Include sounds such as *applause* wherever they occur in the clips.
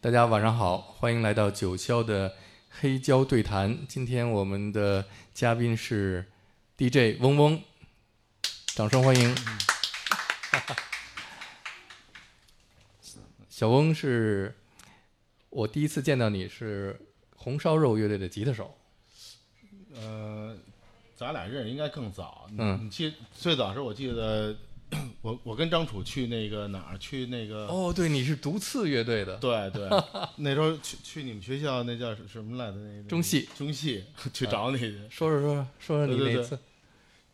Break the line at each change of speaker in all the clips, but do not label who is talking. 大家晚上好，欢迎来到九霄的黑胶对谈。今天我们的嘉宾是 DJ 嗡嗡，掌声欢迎。 *laughs* 小翁是我第一次见到你是红烧肉乐队的吉他手，
呃，咱俩认识应该更早。你
嗯
你记最早时候我记得，我我跟张楚去那个哪儿去那个，
哦，对，你是独次乐队的，
对
*laughs*
对，那时候去去你们学校那叫什么来着？那
中戏，*laughs*
中戏去找你去，
说说说说说说你
对对
那
对
次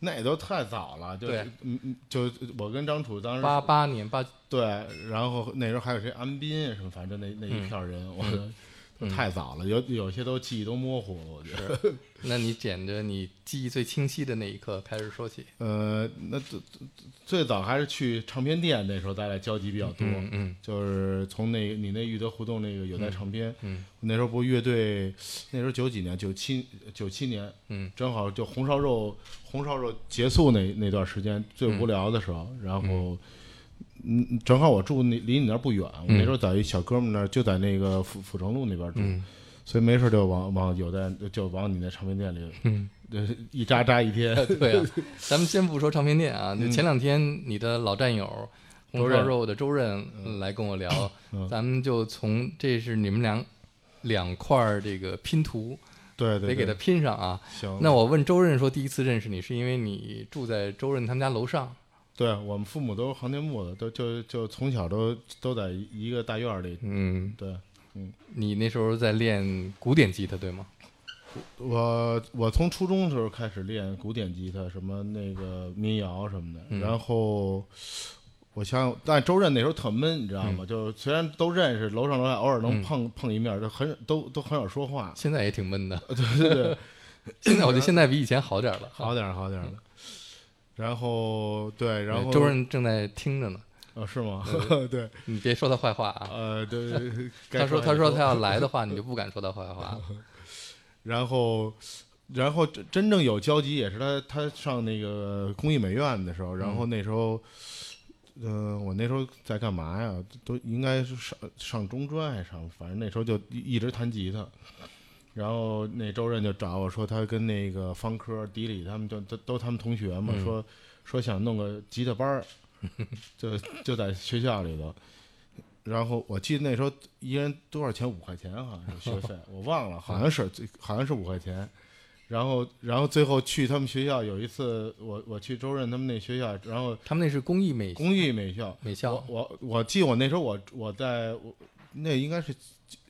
那也都太早了，就
对
嗯嗯，就我跟张楚当时
八八年八
对，然后那时候还有谁安斌什么，反正那那
嗯
一票人，我觉得都太早了，有有些都记忆都模糊了，我觉得。
*laughs* 那你捡着你记忆最清晰的那一刻开始说起。
呃，那最最最早还是去唱片店，那时候咱俩交集比较多，
嗯嗯
就是从那个你那裕德胡同那个有台唱片，
嗯
那时候不乐队，那时候九几年，九七九七年，
嗯，
正好就红烧肉红烧肉结束那那段时间最
嗯
无聊的时候，然后。嗯，正好我住那离你那儿不远，我那时候在一小哥们那儿，就在那个阜阜成路那边住，
嗯
所以没事就往往有的就往你那唱片店里，呃
嗯，
一扎扎一天，
*laughs* 对
*laughs*
啊，咱们先不说唱片店啊，
嗯
就前两天你的老战友红烧肉的周任来跟我聊，
嗯
咱们就从这是你们两两块儿这个拼图，
对
得
对对，嗯
给它拼上啊。
行。
那我问周任说，第一次认识你是因为你住在周任他们家楼上，
对我们父母都是航天部的，都就就从小都都在一个大院儿里。
嗯，
对
你那时候在练古典吉他对吗？
我，我从初中的时候开始练古典吉他，什么那个民谣什么的。
嗯
然后我想想，但周任那时候特闷，你知道吗？就虽然都认识，楼上楼下偶尔能
嗯。
碰、碰一面，就很都都很少说话
*laughs* 现在也挺闷的，
对对对，
*laughs* 现在我觉得现在比以前好点儿了。
好点儿好点儿的。 *laughs* 然后对，然
对
后
周任正在听着呢，
啊是吗？ *laughs* 对，
你别说他坏话啊。
呃对，
*laughs*
该
他说：“
还
他
得
说他要来的话，你就不敢说他坏话。
*laughs* 然后，然后真真正有交集也是他他上那个工艺美院的时候，然后那时候，嗯、我那时候在干嘛呀？都应该是上上中专还是上，反正那时候就一一直弹吉他。然后那周任就找我说，他跟那个方科、迪里他们都都都他们同学嘛，
嗯
说说想弄个吉他班儿， *laughs* 就就在学校里头。然后我记得那时候一人多少钱？五块钱好像是学费，我忘了，好像是好像是五块钱。然后，然后最后去他们学校有一次，我我去周任他们那学校，然后
他们那是公益美
公益美校，
美
我
校，
我我记我那时候我我在我那应该是，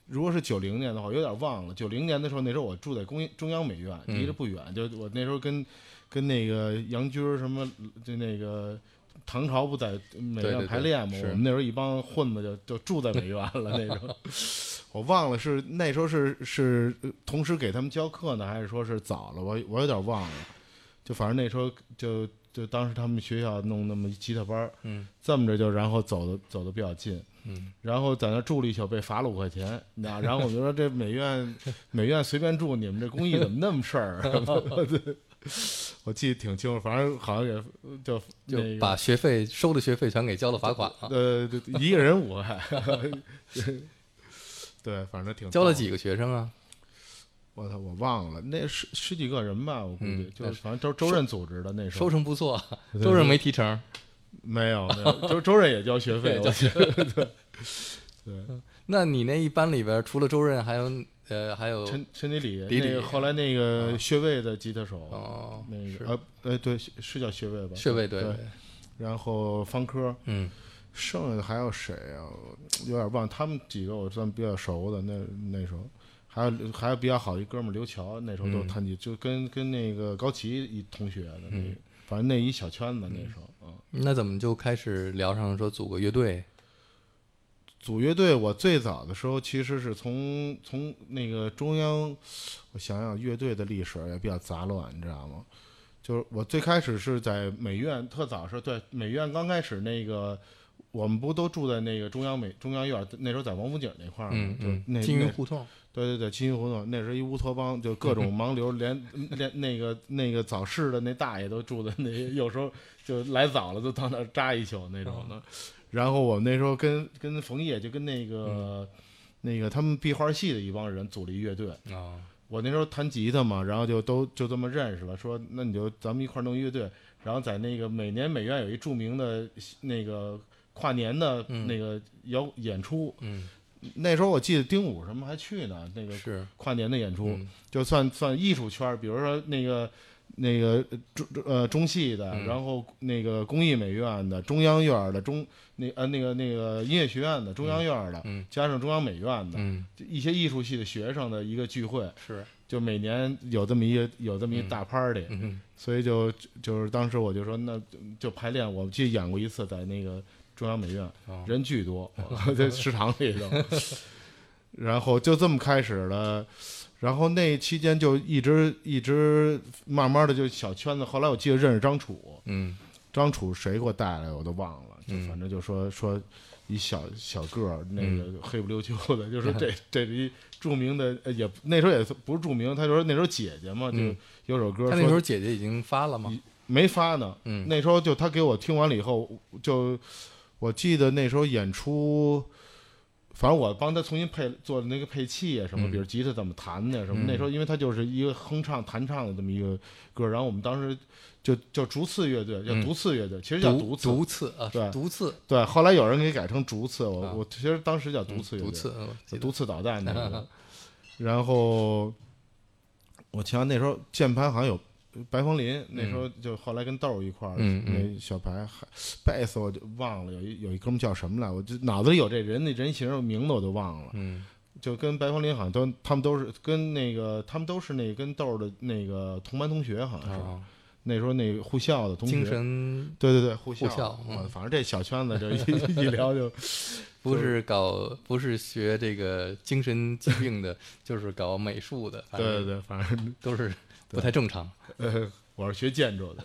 如果是九零年的话，我有点忘了。九零年的时候，那时候我住在公中央美院，
嗯
离着不远。就我那时候跟跟那个杨军儿什么，就那个唐朝不在美
对对对
院排练嘛，
是
我们那时候一帮混子就就住在美院了。那时
*laughs*
候我忘了是那时候是是呃同时给他们教课呢，还是说是早了？我我有点忘了。就反正那时候就就当时他们学校弄那么一吉他班儿
嗯
这么着就然后走的走的比较近，
嗯，
然后在那住了一宿，被罚了五块钱。那然后我就说这美院 *laughs* 美院随便住，你们这公益怎么那么事儿 *laughs* 啊？对我记得挺清楚，反正好像也就
就
那个
把学费收的学费全给交了罚款啊了。
呃对一个人五块， *laughs* 对，反正挺
教了
逗的？
几个学生啊？
我操，我忘了，那十十几个人吧，我估计
嗯
就
那
是反正周周任组织的那时
收
候
成不错，
对
周任没提成。
没有 *laughs* 没有，周周任也交学
*laughs* 对
费，我
交
记得对。对
那你那一班里边，除了周任，还有呃，还有
*laughs* 陈陈迪里，
迪
那
里
个后来那个穴位的吉他手，
啊哦，
那
是嗯
个呃呃对是是叫穴位吧？
穴位对
对，然后方科，
嗯，
剩下的还有谁啊？我有点忘，他们几个我算比较熟的。那那时候还有还有比较好一哥们儿刘乔，那时候都
嗯
弹吉，就跟跟那个高旗一同学的那个，反正那一小圈子那时候啊。
那怎么就开始聊上说组个乐队？
组乐队，我最早的时候其实是从从那个中央，我想想乐队的历史也比较杂乱，你知道吗？就是我最开始是在美院，特早是对美院刚开始那个，我们不都住在那个中央美中央院，那时候在王府井那块儿嘛
嗯，
啊就
嗯，
那
金
那
鱼胡同，
对对对，金鱼胡同那是一乌托邦，就各
*laughs*
种盲流，连连那个那个早市的那大爷都住在那，有时候就来早了就到
嗯嗯
那儿扎一宿那种的。然后我们那时候跟跟冯烨就跟那个、那个他们壁画系的一帮人组了一乐队。
啊，
我那时候弹吉他嘛，然后就都就这么认识了，说那你就咱们一块儿弄乐队，然后在那个每年美院有一著名的那个跨年的
嗯
那个摇演出，
嗯，
那时候我记得丁武什么还去呢，那个
是，
跨年的演出，
嗯
就算算艺术圈儿，比如说那个那个呃中呃中戏的，
嗯
然后那个工艺美院的、中央院儿的、中那呃那个那个音乐学院的、中央院儿的，
嗯
加上中央美院的、
嗯，
就一些艺术系的学生的一个聚会，
是，
就每年有这么一个有这么一
嗯
大 party，、
嗯
所以就就是当时我就说那就排练，我记得演过一次在那个中央美院，
哦
人巨
*laughs*
多， *laughs* 在食堂里头。然后就这么开始了，然后那期间就一直一直慢慢的就小圈子。后来我记得认识张楚，
嗯
张楚谁给我带来我都忘了，就
嗯
反正就说说一小小个儿，那
嗯
个黑不溜秋
*laughs*
的，就说这这是一著名的，呃也那时候也不是著名，他就说那时候姐姐嘛，就
嗯
有首歌
他
说
那时候姐姐已经发了吗？
没发呢，
嗯
那时候就他给我听完了以后，就我记得那时候演出，反正我帮他重新配做那个配器啊什么，
嗯
比如吉他怎么弹的什么。
嗯
那时候因为他就是一个哼唱弹唱的这么一个歌，然后我们当时就叫竹刺乐队，叫
嗯
竹刺乐队，其实叫
毒
刺。
毒刺啊，
对
毒刺，
对，后来有人给改成竹刺，我、
啊
我其实当时叫
嗯
毒刺乐队。
毒刺，嗯我记得
毒刺导弹那个。然后我前那时候键盘好像有白枫林，那时候就后来跟豆儿一块儿，
嗯嗯
那小白还贝斯我就忘了，有一有一哥们叫什么来，我就脑子里有这人那人形名字我都忘了，
嗯
就跟白枫林好像都他们都是跟那个他们都是那个跟豆儿的那个同班同学，好像是、
啊，
那时候那个护校的同学。
精神
对对对，护
护校嗯
我反正这小圈子就一 *laughs* 一聊就
不是搞不是学这个精神疾病的， *laughs* 就是搞美术的，反
对对
正
对，反正
都是不太正常。
呃，我是学建筑的，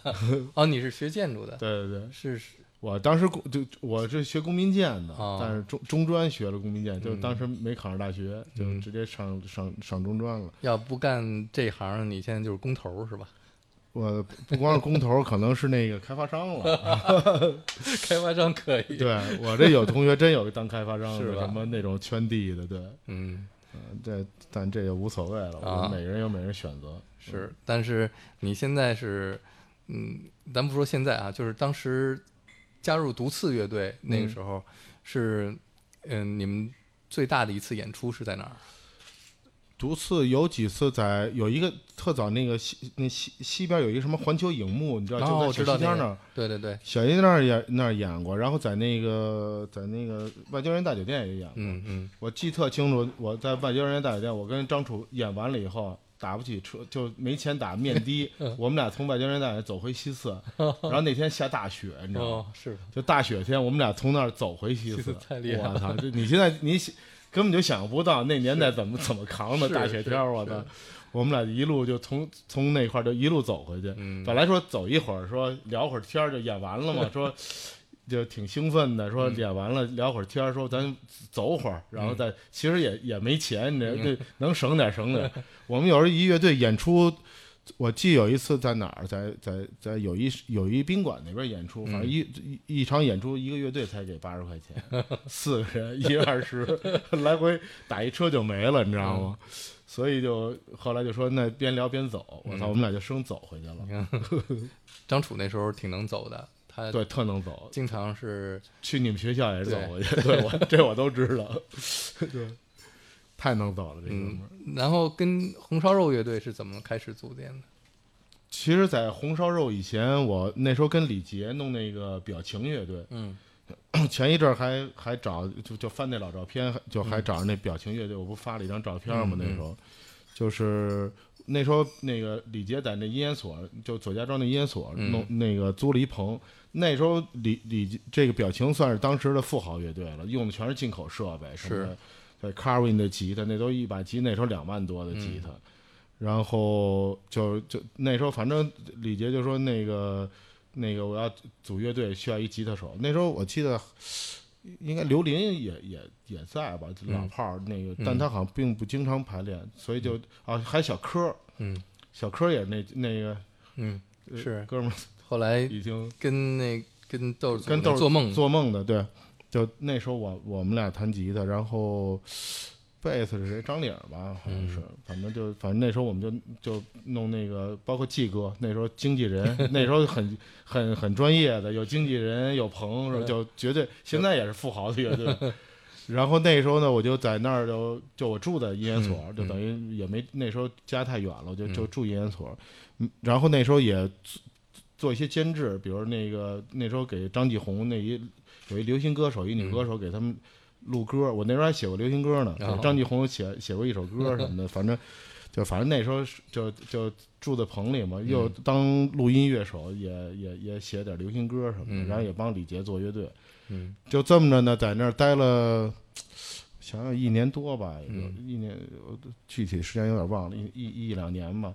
哦，你是学建筑的，
对对对，
是是
我当时工就我是学工兵建的，
哦
但是中中专学了工兵建，就
嗯
当时没考上大学，
嗯
就直接上上上中专了。
要不干这行，你现在就是工头是吧？ *laughs*
我不光是工头，可能是那个开发商 *laughs* 了。
开发商可以，
对我这有同学真有当开发商
是
的，
吧
什么那种圈地的，对，
嗯。
嗯这但这也无所谓了，
啊
我每个人有每个人选择。
是，但是你现在是，嗯，咱不说现在啊，就是当时加入毒刺乐队那个
嗯
时候是，嗯、你们最大的一次演出是在哪儿？
独次有几次在有一个特早那个西那西西边有一个什么环球影幕，你知道
哦我知
就在
道
小西边
那个
那儿，
对对对，
小西边那儿演那儿演过，然后在那个在那个外交人大酒店也演过。
嗯嗯，
我记特清楚，我在外交人员大酒店，我跟张楚演完了以后，打不起车，就没钱打面的
*laughs* 嗯，
我们俩从外交人员大酒店走回
*laughs*
西四，然后那天下大雪，你知道吗？
哦，是吧，
就大雪天，我们俩从那儿走回
*laughs*
西
西
四
四，太厉害了
我操！这你现在你想根本就想象不到那年代怎么怎么扛的
是
大雪天儿，
是
我操
是！
我们俩一路就从从那块儿就一路走回去，
嗯
本来说走一会儿，说聊会儿天儿就演完了
*laughs*
嘛，说就挺兴奋
嗯
的，说演完了聊会儿天儿，说咱走会儿，然后再其实也也没钱，你
嗯
这这能省点儿省点儿。我们有时候一乐队演出，我记有一次在哪儿，在在在有一有一宾馆那边演出，
嗯
反正一一一场演出一个乐队才给八十块钱，四个人一人二十， *laughs* 来回打一车就没了，你知道吗？
嗯
所以就后来就说那边聊边走，我操，
嗯
我们俩就生走回去了。
你看张楚那时候挺能走的，他
对，特能走，
经常是
去你们学校也是走
呃对
过去，对我这我都知
*laughs*
道，对，太能走了这哥们儿。
嗯，然后跟红烧肉乐队是怎么开始组建的？
其实，在红烧肉以前，我那时候跟李杰弄那个表情乐队，
嗯
前一阵儿还还找就就翻那老照片，还就还找着那表情乐队，我不发了一张照片吗？
嗯
那时候就是那时候那个李杰在那阴烟所，就左家庄那阴烟所
嗯
弄那个租了一棚。那时候李李这个表情算是当时的富豪乐队了，用的全是进口设备，什么
是
的对 Carvin 的吉他，那都一把吉，那时候两万多的
嗯
吉他。然后就就那时候，反正李杰就说那个那个我要组乐队需要一吉他手。那时候我记得应该刘林也也也在吧，就老
嗯
炮儿那个，
嗯
但他好像并不经常排练，所以就啊还有小柯儿，
嗯
小柯儿也那那个
嗯，
呃
是
哥们儿
后来
已经
跟那跟豆儿组
跟
那
豆儿
做梦
做梦的，对，就那时候我我们俩弹吉他，然后呃贝斯是谁？张岭吧，好像是
嗯。
反正就反正那时候我们就就弄那个，包括季哥那时候经
*laughs*
纪人，那时候很很很专业的，有经纪人有棚，是吧就绝对现在也是富豪的
*laughs*
乐队。然后那时候呢，我就在那儿就就我住在音乐所，
嗯
就等于也没那时候家太远了，我就
嗯
就住音乐所。嗯然后那时候也做做一些监制，比如那个那时候给张继红那一有一流行歌手，一女歌手给他们录歌，我那时候还写过流行歌呢，
哦
给张继红写写过一首歌什么的，反正就反正那时候是就就住在棚里嘛，又当录音乐手，也也也写点流行歌什么
嗯
的，然后也帮李杰做乐队，
嗯
就这么着呢，在那儿待了。想想一年多吧，有
嗯
一年，我具体时间有点忘了，一一一两年吧。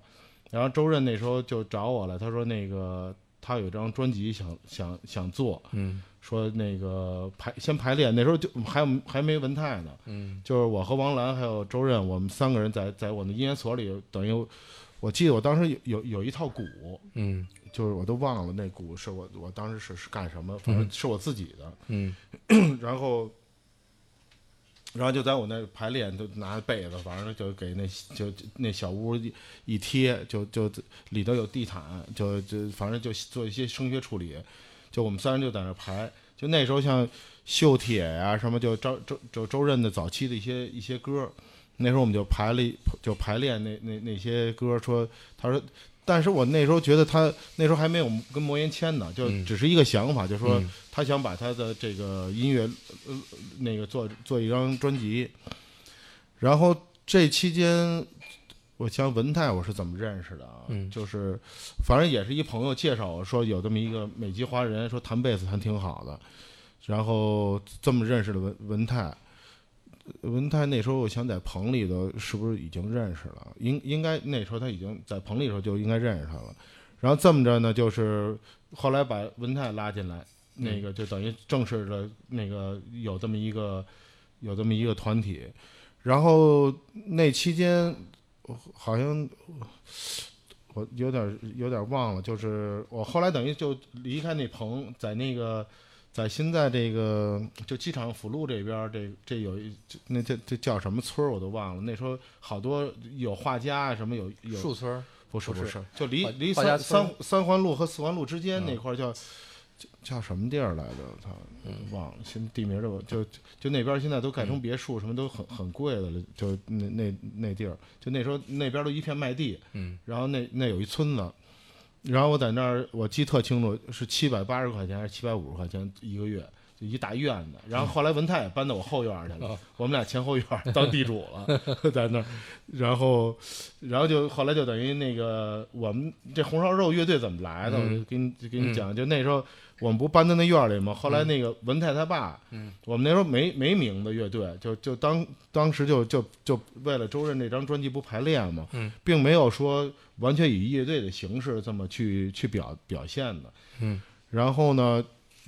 然后周润那时候就找我了，他说那个他有一张专辑想想想做，
嗯
说那个排先排练，那时候就还有还没文泰呢，
嗯
就是我和王兰还有周任，我们三个人在在我们音乐所里，等于我记得我当时有有有一套鼓，
嗯
就是我都忘了那鼓是我我当时是是干什么，反正是我自己的，
嗯
然后。然后就在我那排练，就拿被子，反正就给那就就那小屋一一贴，就就里头有地毯，就就反正就做一些声学处理。就我们三人就在那排，就那时候像锈铁呀、什么，就周周就周润的早期的一些一些歌，那时候我们就排了一就排练那那那些歌，说他说，但是我那时候觉得他那时候还没有跟魔岩签呢，就
嗯
只是一个想法，就说。
嗯
他想把他的这个音乐，呃，那个做做一张专辑。然后这期间，我想文泰我是怎么认识的啊？
嗯
就是反正也是一朋友介绍我说有这么一个美籍华人，说弹贝斯弹挺好的，然后这么认识的文文泰。文泰那时候，我想在棚里头是不是已经认识了？应应该那时候他已经在棚里的时候就应该认识他了。然后这么着呢，就是后来把文泰拉进来，那个就等于正式的那个有这么一个有这么一个团体，然后那期间我好像我有点有点忘了，就是我后来等于就离开那棚，在那个在现在这个就机场辅路这边儿这这有一这那这这叫什么村儿我都忘了，那时候好多有画家啊什么有有
树村儿
不是
不
不
是
是，就离
画
离
画家
三
村
三三环路和四环路之间
嗯
那块儿叫、叫叫什么地儿来着？操，忘了，现在地名儿都就就那边儿现在都改成别墅，什么都很很贵的了，就那那那地儿，就那时候那边儿都一片麦地，
嗯
然后那那有一村子，然后我在那儿我记得特清楚，是七百八十块钱还是七百五十块钱一个月。就一大院子，然后后来文泰也搬到我后院儿去了，
哦
*laughs* 我们俩前后院儿当地主了， *laughs* 在那儿，然后，然后就后来就等于那个我们这红烧肉乐队怎么来的，
嗯
我就给你就给你讲，就那时候我们不搬到那院儿里吗？后来那个文泰他爸，
嗯
我们那时候没没名的乐队，就就当当时就就就为了周润这张专辑不排练嘛，
嗯
并没有说完全以乐队的形式这么去去表表现的，
嗯，
然后呢，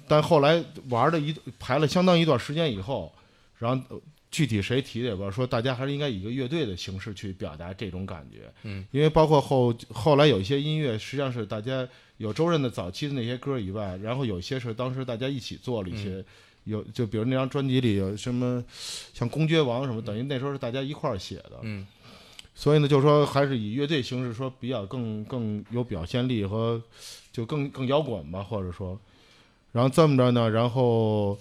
但后来玩了一排了相当一段时间以后，然后呃具体谁提的也不知道，说大家还是应该以一个乐队的形式去表达这种感觉，
嗯，
因为包括后后来有一些音乐实际上是大家有周润的早期的那些歌以外，然后有些是当时大家一起做了一些。有，就比如那张专辑里有什么，像《公爵王》什么，等于那时候是大家一块儿写的，
嗯
所以呢，就是说还是以乐队形式说比较更更有表现力和就更更摇滚吧，或者说，然后这么着呢，然后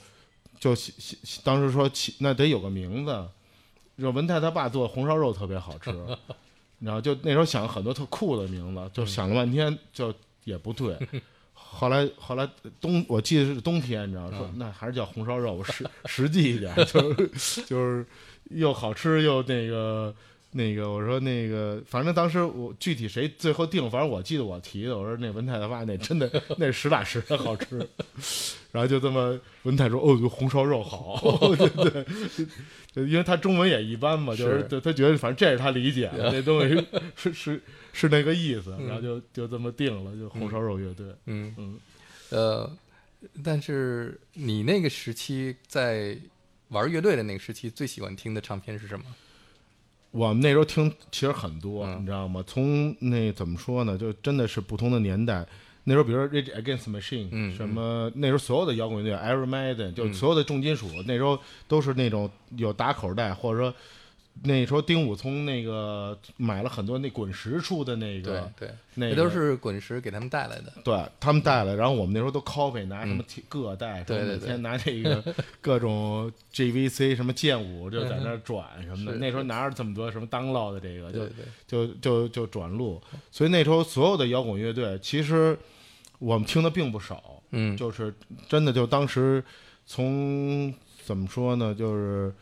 就起起起当时说起那得有个名字，就文泰他爸做红烧肉特别好吃，然后就那时候想很多特酷的名字，就想了半天就也不对。后来，后来冬，我记得是冬天，你知道，说那还是叫红烧肉实 *laughs* 实际一点，就是就是又好吃又那个那个，我说那个，反正当时我具体谁最后定，反正我记得我提的，我说那文泰的话，那真的那实打实的好吃。然后就这么，文泰说：“哦，红烧肉好。”对对对，就因为他中文也一般嘛，就是
是
就他觉得反正这是他理解的，那东西是是是是那个意思，然后就就这么定了，就红烧肉乐队。
嗯
嗯，
呃，但是你那个时期在玩乐队的那个时期，最喜欢听的唱片是什么？
我们那时候听其实很多，
嗯
你知道吗？从那怎么说呢？就真的是不同的年代。那时候，比如说《Rage Against the Machine
嗯》，
什么那时候所有的摇滚乐队，Iron Maiden，就
嗯
所有的重金属，那时候都是那种有打口袋，或者说那时候丁武聪那个买了很多那滚石出的那
对
个，
对，
那
这
个
都是滚石给他们带来的。
对他们带来，然后我们那时候都 copy 拿什么铁各带，
嗯对
什么
对
每
对
天拿这
*laughs*
个各种 GVC 什么剑舞就在那儿转什么的，
嗯是
那时候拿着这么多什么 download 的这个
对
就
对，
就就就转录，所以那时候所有的摇滚乐队其实我们听的并不少，
嗯，
就是真的就当时从怎么说呢，就是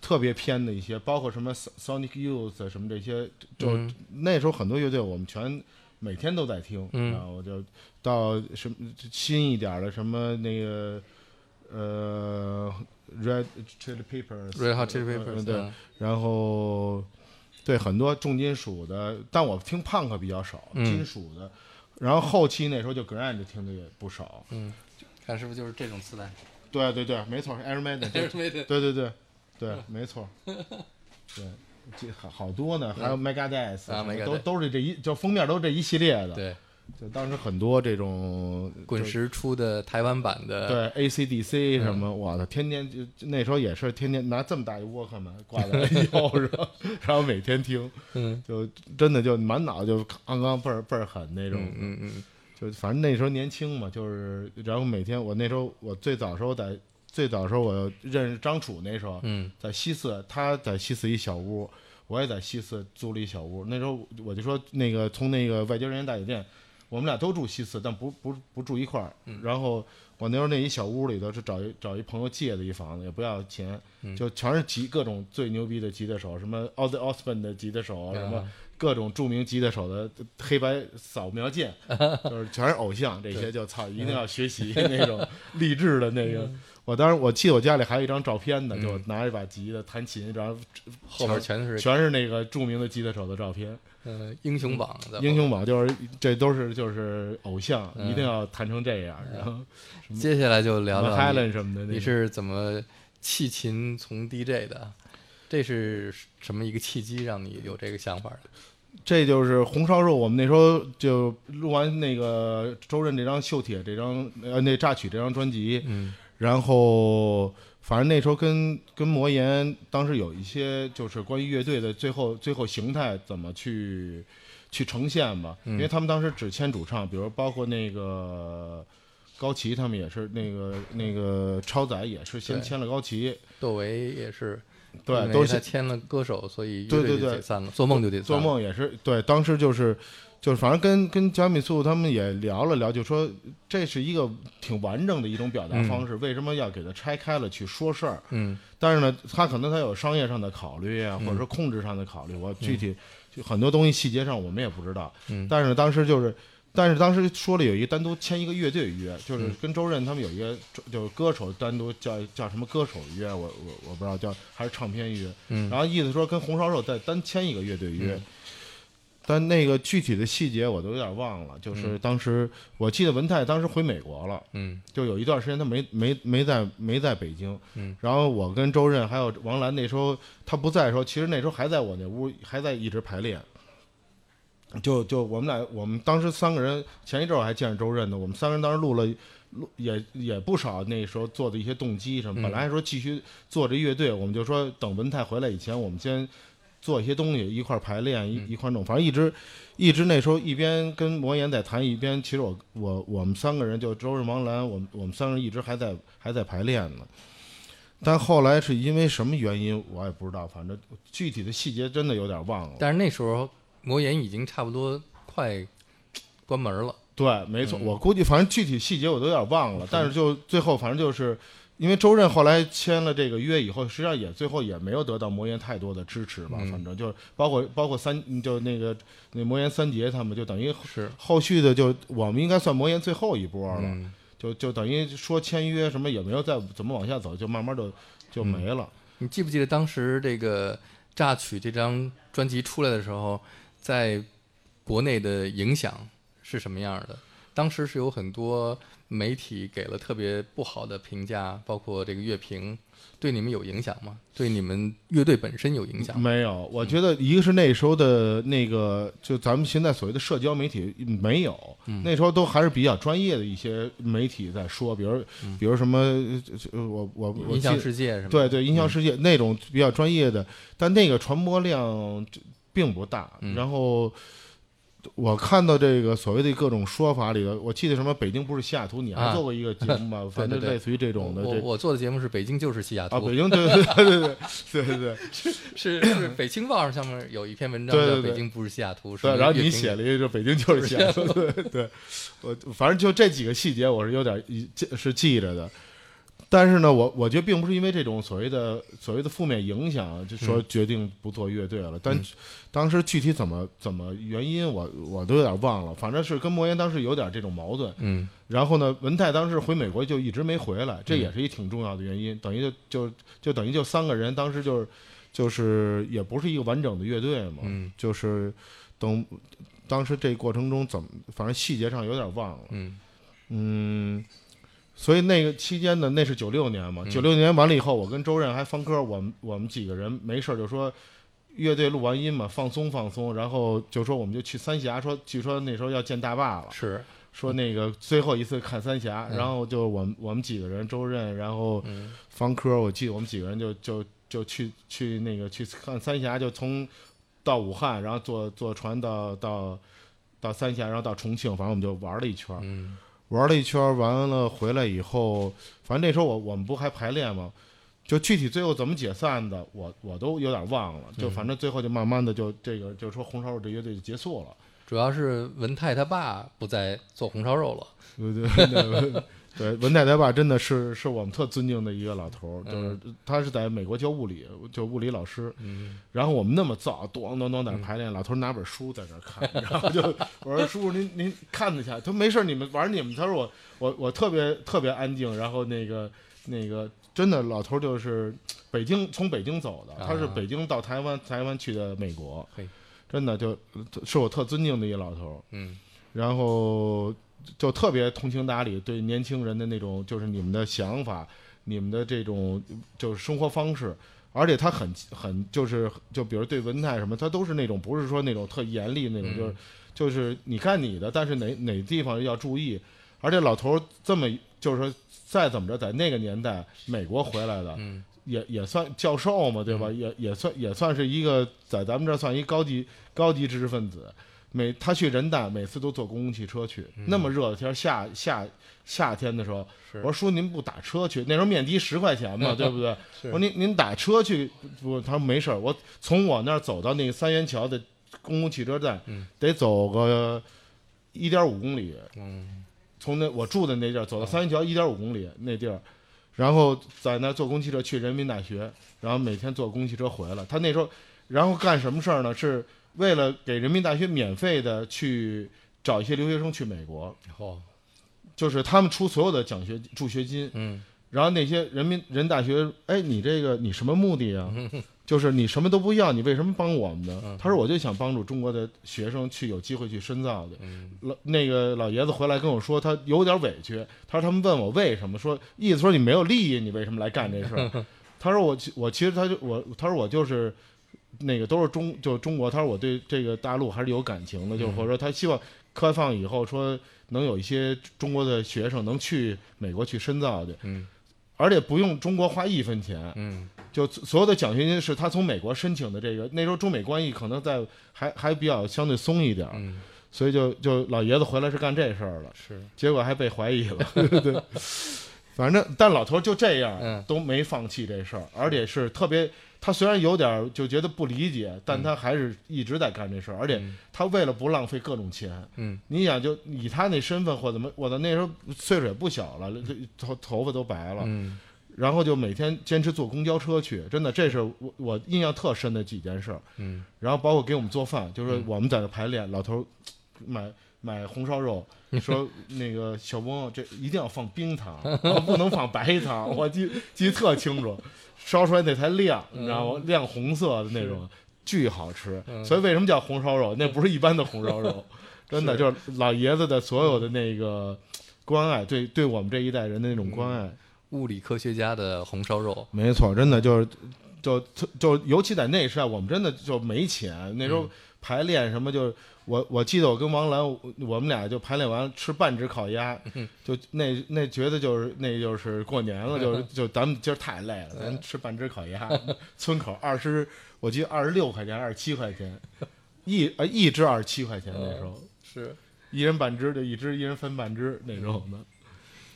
特别偏的一些，包括什么 Sonic Youth 什么这些，就、
嗯
那时候很多乐队我们全每天都在听，
嗯
然后就到什么新一点的什么那个呃 Red Chili Peppers
Red Hot Chili
呃
Peppers，
对，
嗯
然后对很多重金属的，但我听胖克比较少，
嗯
金属的。然后后期那时候就 grunge 听的也不少，
看是不是就是这种磁带？
对对对，没错
*laughs*
，Iron Maiden，对对对对对，
嗯
没错，对，这好好多呢，还有 Megadeth，
啊
什么
Megadeth
都都是这一，就封面都是这一系列的，
对，
就当时很多这种
滚，石出的台湾版
就
的，嗯
对 ACDC 什么，我的天天就那时候也是天天拿这么大一窝克们挂在腰
*laughs*
上，然后每天听，
嗯
就真的就满脑就刚刚倍儿倍儿狠那种
嗯，嗯嗯
就反正那时候年轻嘛，就是然后每天我那时候我最早时候在最早时候我认识张楚那时候，
嗯
在西四，他在西四一小屋，我也在西四租了一小屋。那时候我就说那个从那个外交人员大酒店，我们俩都住西四，但不不不住一块儿。
嗯
然后我那时候那一小屋里头是找一找一朋友借的一房子，也不要钱，
嗯
就全是吉各种最牛逼的吉他手，什么 Ozzy Osbourne 的吉他手，什么
啊
各种著名吉他手的黑白扫
*laughs*
描键，就是全是偶像，这些就操一定要学习那种励志的
*laughs*
那个。我当时我记得我家里还有一张照片呢，
嗯
就拿一把吉他弹琴，然后
后边全是
全是那个著名的吉他手的照片。
呃英雄榜的
英。雄榜就是这都是就是偶像，
嗯
一定要弹成这样。然后
接下来就聊
什么
聊你
Helen 什么的，那
你
个
是怎么弃琴从 DJ 的？这是什么一个契机让你有这个想法的？
这就是红烧肉。我们那时候就录完那个周润这张《锈铁》这张呃那榨取这张专辑，
嗯
然后反正那时候跟跟魔岩当时有一些就是关于乐队的最后最后形态怎么去去呈现吧，
嗯
因为他们当时只签主唱，比如包括那个高旗他们也是那个那个超载也是先
对
签了高旗，
窦唯也是，因
对，
为
都
他
是
签了歌手，所以
对
乐队
对
就
对
解散了，做梦就解散
做
了。
梦也是对，当时就是就是反正跟跟贾米素他们也聊了聊，就说这是一个挺完整的一种表达
嗯
方式，为什么要给它拆开了去说事儿？
嗯
但是呢，他可能他有商业上的考虑啊，
嗯
或者说控制上的考虑，我具体就很多东西细节上我们也不知道。
嗯
但是当时就是，但是当时说了有一个单独签一个乐队约，就是
嗯
跟周润他们有一个就是歌手单独叫叫什么歌手约，我我我不知道叫还是唱片约，
嗯
然后意思说跟红烧肉再单签一个乐队约。
嗯
但那个具体的细节我都有点忘了，就是
嗯
当时我记得文泰当时回美国了，
嗯
就有一段时间他没没没在没在北京，
嗯，
然后我跟周润还有王兰那时候他不在的时候，其实那时候还在我那屋，还在一直排练。就就我们俩，我们当时三个人前一阵儿我还见着周润呢，我们三个人当时录了录也也不少那时候做的一些动机什么，
嗯
本来还说继续做这乐队，我们就说等文泰回来以前，我们先做一些东西，一块儿排练，一一块儿弄，反正一直一直那时候一边跟魔岩在谈，一边其实我我我们三个人就周润、王兰，我们我们三个人一直还在还在排练呢。但后来是因为什么原因，我也不知道，反正具体的细节真的有点忘了。
但是那时候魔岩已经差不多快关门了。
对，没错，
嗯
我估计反正具体细节我都有点忘了，但是就最后反正就是。因为周润后来签了这个约以后，实际上也最后也没有得到魔岩太多的支持吧，
嗯
反正就是包括包括三就那个那魔岩三杰他们，就等于
是，
后续的就我们应该算魔岩最后一波了，
嗯
就就等于说签约什么也没有再怎么往下走，就慢慢就就
嗯
没了。
你记不记得当时这个《榨取》这张专辑出来的时候，在国内的影响是什么样的？当时是有很多媒体给了特别不好的评价，包括这个乐评，对你们有影响吗？对你们乐队本身有影响吗？
没有，我
嗯
觉得一个是那时候的那个，就咱们现在所谓的社交媒体没有，
嗯
那时候都还是比较专业的一些媒体在说，比如、
嗯
比如什么，呃我我
影
我记
响
得
世界什么？嗯
对对，音响世界、那种比较专业的，但那个传播量这并不大。
嗯
然后我看到这个所谓的各种说法里头，我记得什么北京不是西雅图，你还
啊
做过一个节目吧？反
*laughs*
正
对对
类似于这种的
我
这。
我做的节目是《北京就是西雅图
啊，》北京对对对对对对对对，
是是《北京报》上面有一篇文章
对
叫
对
《
对
北京不是西雅图》，是
对，然后
乐
你
评
写了一个，北京就是西雅图，对 *laughs* 对，我反正就这几个细节，我是有点一记是记着的。但是呢，我我觉得并不是因为这种所谓的所谓的负面影响，就说决定不做乐队了。但
嗯
当时具体怎么怎么原因我，我都有点忘了。反正是跟莫言当时有点这种矛盾。
嗯
然后呢，文泰当时回美国就一直没回来，这
嗯
也是一挺重要的原因。等于就就就等于就三个人，当时就是就是也不是一个完整的乐队嘛。
嗯
就是等当时这过程中怎么，反正细节上有点忘了，
嗯
嗯，所以那个期间呢，那是九六年嘛，
嗯
九六年完了以后，我跟周任还方科，我们我们几个人没事儿就说。乐队录完音嘛，放松放松，然后就说我们就去三峡，说据说那时候要见大坝了，
是
说那个最后一次看三峡，
嗯
然后就我们我们几个人，周任，然后
嗯
方科，我记得我们几个人就就就去去那个去看三峡，就从到武汉，然后坐坐船到到到三峡，然后到重庆，反正我们就玩了一圈儿，
嗯
玩了一圈儿，完了回来以后，反正那时候我我们不还排练吗？就具体最后怎么解散的，我我都有点忘了。
嗯
就反正最后就慢慢的就这个就说红烧肉这乐队就结束了。
主要是文泰他爸不再做红烧肉了，
对对对对，文太太爸真的是是我们特尊敬的一个老头儿，就是他是在美国教物理，就物理老师。
嗯
然后我们那么燥，咣咣咣在那排练，老头儿拿本书在那儿看， *laughs* 然后就我说叔叔您您看得下？他说没事儿，你们玩儿你们。他说我我我特别特别安静，然后那个那个真的老头儿就是北京从北京走的，他是
啊
北京到台湾，台湾去的美国
嘿，
真的就是我特尊敬的一个老头儿。
嗯
然后就特别通情达理，对年轻人的那种就是你们的想法，你们的这种就是生活方式，而且他很很就是就比如对文泰什么，他都是那种不是说那种特严厉那种，
嗯
就是就是你干你的，但是哪哪地方要注意，而且老头儿这么就是说再怎么着，在那个年代美国回来的，
嗯
也也算教授嘛，对吧？也也算也算是一个在咱们这儿算一高级高级知识分子。每他去人大，每次都坐公共汽车去。那么热的天儿，夏夏夏天的时候，
嗯是
我说叔您不打车去？那时候面的十块钱
*laughs*
嘛，对不对？
是
我说您您打车去不？他说没事儿，我从我那儿走到那个三元桥的公共汽车站，
嗯
得走个一点五公里。
嗯
从那我住的那地儿走到三元桥一点五公里那地儿，然后在那儿坐公汽车去人民大学，然后每天坐公汽车回来。他那时候，然后干什么事儿呢？是为了给人民大学免费的去找一些留学生去美国，
哦
就是他们出所有的奖学助学金，
嗯
然后那些人民人大学，哎，你这个你什么目的啊？ *laughs* 就是你什么都不要，你为什么帮我们呢？
嗯
他说我就想帮助中国的学生去有机会去深造去。
嗯
老那个老爷子回来跟我说，他有点委屈。他说他们问我为什么，说意思说你没有利益，你为什么来干这事
*laughs*
儿？他说我其我其实他就我他说我就是那个都是中就中国，他说我对这个大陆还是有感情的，
嗯
就是或者说他希望开放以后说能有一些中国的学生能去美国去深造去，
嗯
而且不用中国花一分钱，
嗯
就所有的奖学金是他从美国申请的。这个那时候中美关系可能在还还比较相对松一点儿，
嗯
所以就就老爷子回来是干这事儿了。
是
结果还被怀疑了， *laughs* 对对对。反正，但老头就这样、
嗯
都没放弃这事儿，而且是特别。他虽然有点儿就觉得不理解，但他还是一直在干这事儿，而且
嗯
他为了不浪费各种钱，
嗯
你想就以他那身份或怎么，我的那时候岁数也不小了，这头头发都白了，
嗯
然后就每天坚持坐公交车去，真的，这是我我印象特深的几件事儿。
嗯
然后包括给我们做饭，就是我们在那排练，老头儿买买红烧
*laughs*
肉，说那个小翁这一定要放冰糖，不能放白糖，我记记得特清楚，烧出来那才亮，你知道吗？亮红色的那种，巨好吃。
嗯
所以为什么叫红烧肉？那不是一般的红
*laughs*
烧肉，真的
是
就是老爷子的所有的那个关爱，对对我们这一代人的那种关
嗯
爱。
物理科学家的红烧肉，
没错，真的就是，就就尤其在那时代，我们真的就没钱。那时候排练什么就，是我我记得我跟王兰，我我们俩就排练完吃半只烤鸭，就那那觉得就是那就是过年了，就是就咱们今儿太累了，咱吃半只烤鸭，村口二十，我记得二十六块钱，二十七块钱，一呃一只二十七块钱那时候。
是
一人半只，就一只，一人分半只那种的。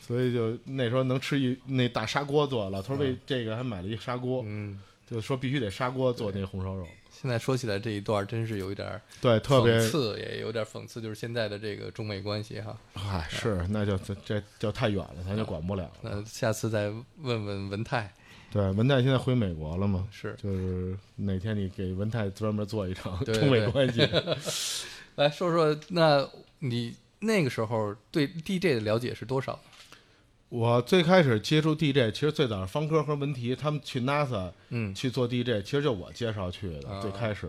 所以就那时候能吃一那大砂锅做，老头儿为这个还买了一砂锅，
嗯，
就说必须得砂锅做那红烧肉，
现在说起来这一段儿真是有一点儿
对，特别
讽刺，也有点儿讽刺，就是现在的这个中美关系哈。
哎是，那就这这就太远了，咱就管不了了。
那下次再问问文泰，
对，文泰现在回美国了嘛，
是
就是哪天你给文泰专门做一场
对
中美
对
关系，
来说说，那你那个时候对 DJ 的了解是多少？
我最开始接触 DJ，其实最早是方科和文提他们去 NASA
嗯
去做 DJ，其实就我介绍去的。
啊
最开始，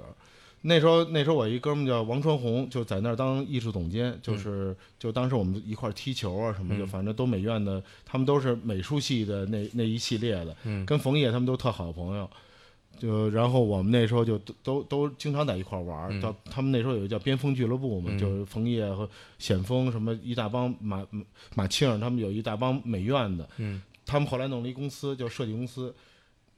那时候那时候我一哥们叫王传红，就在那儿当艺术总监，就是、就当时我们一块儿踢球啊什么的，
嗯
反正都美院的，他们都是美术系的那那一系列的，
嗯
跟冯烨他们都特好朋友。就然后我们那时候就都都都经常在一块儿玩儿，
嗯
到他们那时候有一个叫边锋俱乐部嘛，
嗯
就是冯烨和冼峰什么一大帮马马庆儿他们有一大帮美院的，
嗯
他们后来弄了一公司叫设计公司，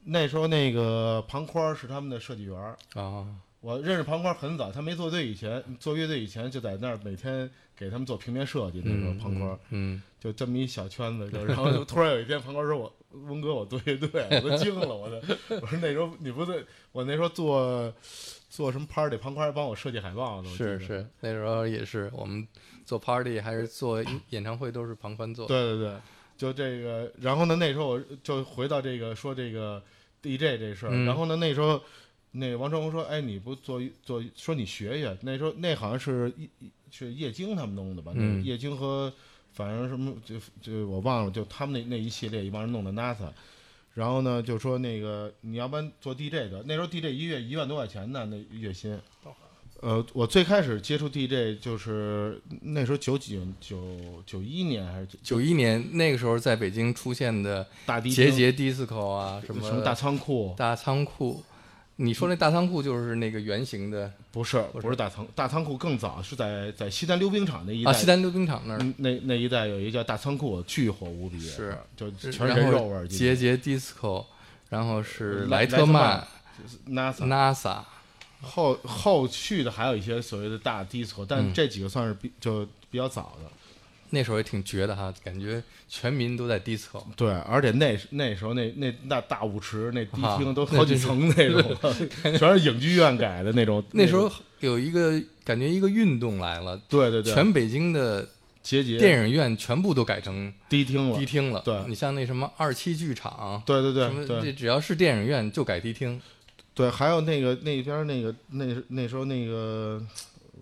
那时候那个庞宽儿是他们的设计员儿。
啊
我认识庞宽儿很早，他没做队以前，做乐队以前就在那儿每天给他们做平面设计。那时候庞宽儿
嗯
就这么一小圈子，就然后就突然有一天， *laughs* 庞宽儿说我：“翁哥，我做乐队，啊我都惊了，我都。”我说：“那时候你不对，我那时候做做什么 party，庞宽儿还帮我设计海报啊呢。”我记
是
得
是，那时候也是我们做 party 还是做音演唱会都是庞宽做，
对对对，就这个。然后呢，那时候我就回到这个说这个 DJ 这事儿。
嗯
然后呢，那时候那王传红说：“哎，你不做做说你学学。”那时候那好像是一一是叶京他们弄的吧？
嗯
那叶京和反正什么就就我忘了，就他们那那一系列一帮人弄的 NASA。然后呢，就说那个你要不然做 DJ 的，那时候 DJ 一月一万多块钱呢，那月薪。呃，我最开始接触 DJ 就是那时候九几九九一年还是
九一年那个时候在北京出现的
大迪
杰
厅
杰 disco 啊，什
什
么
么大仓库，
大仓库，你说那大仓库就是那个圆形的
不是不是大仓大仓库更早是在在西单溜冰场那一带，
啊，西单溜冰场那儿
嗯那那一带有一个叫大仓库，巨火无比，
是
就全是
然
人肉
后
味儿。
杰杰 disco，然后是
莱
莱
莱特
特
曼
曼、嗯
NASA
NASA，
后后续的还有一些所谓的大 disco，但
嗯
这几个算是比就比较早的。
那时候也挺绝的哈，感觉全民都在 disco。
对，而且那那时候那那那大舞池那迪
啊
厅都
那
好几
真是
层那种，全是影剧院改的那种。
那时
种
候有一个感觉，一个运动来了，
对对对，
全北京的
结节
电影院全部都改成
迪厅了
迪，厅了。
对
你像那什么二期剧场，
对对
什
对
么
对，
这只要是电影院就改迪厅。
对，还有那个那边儿那个那那时候那个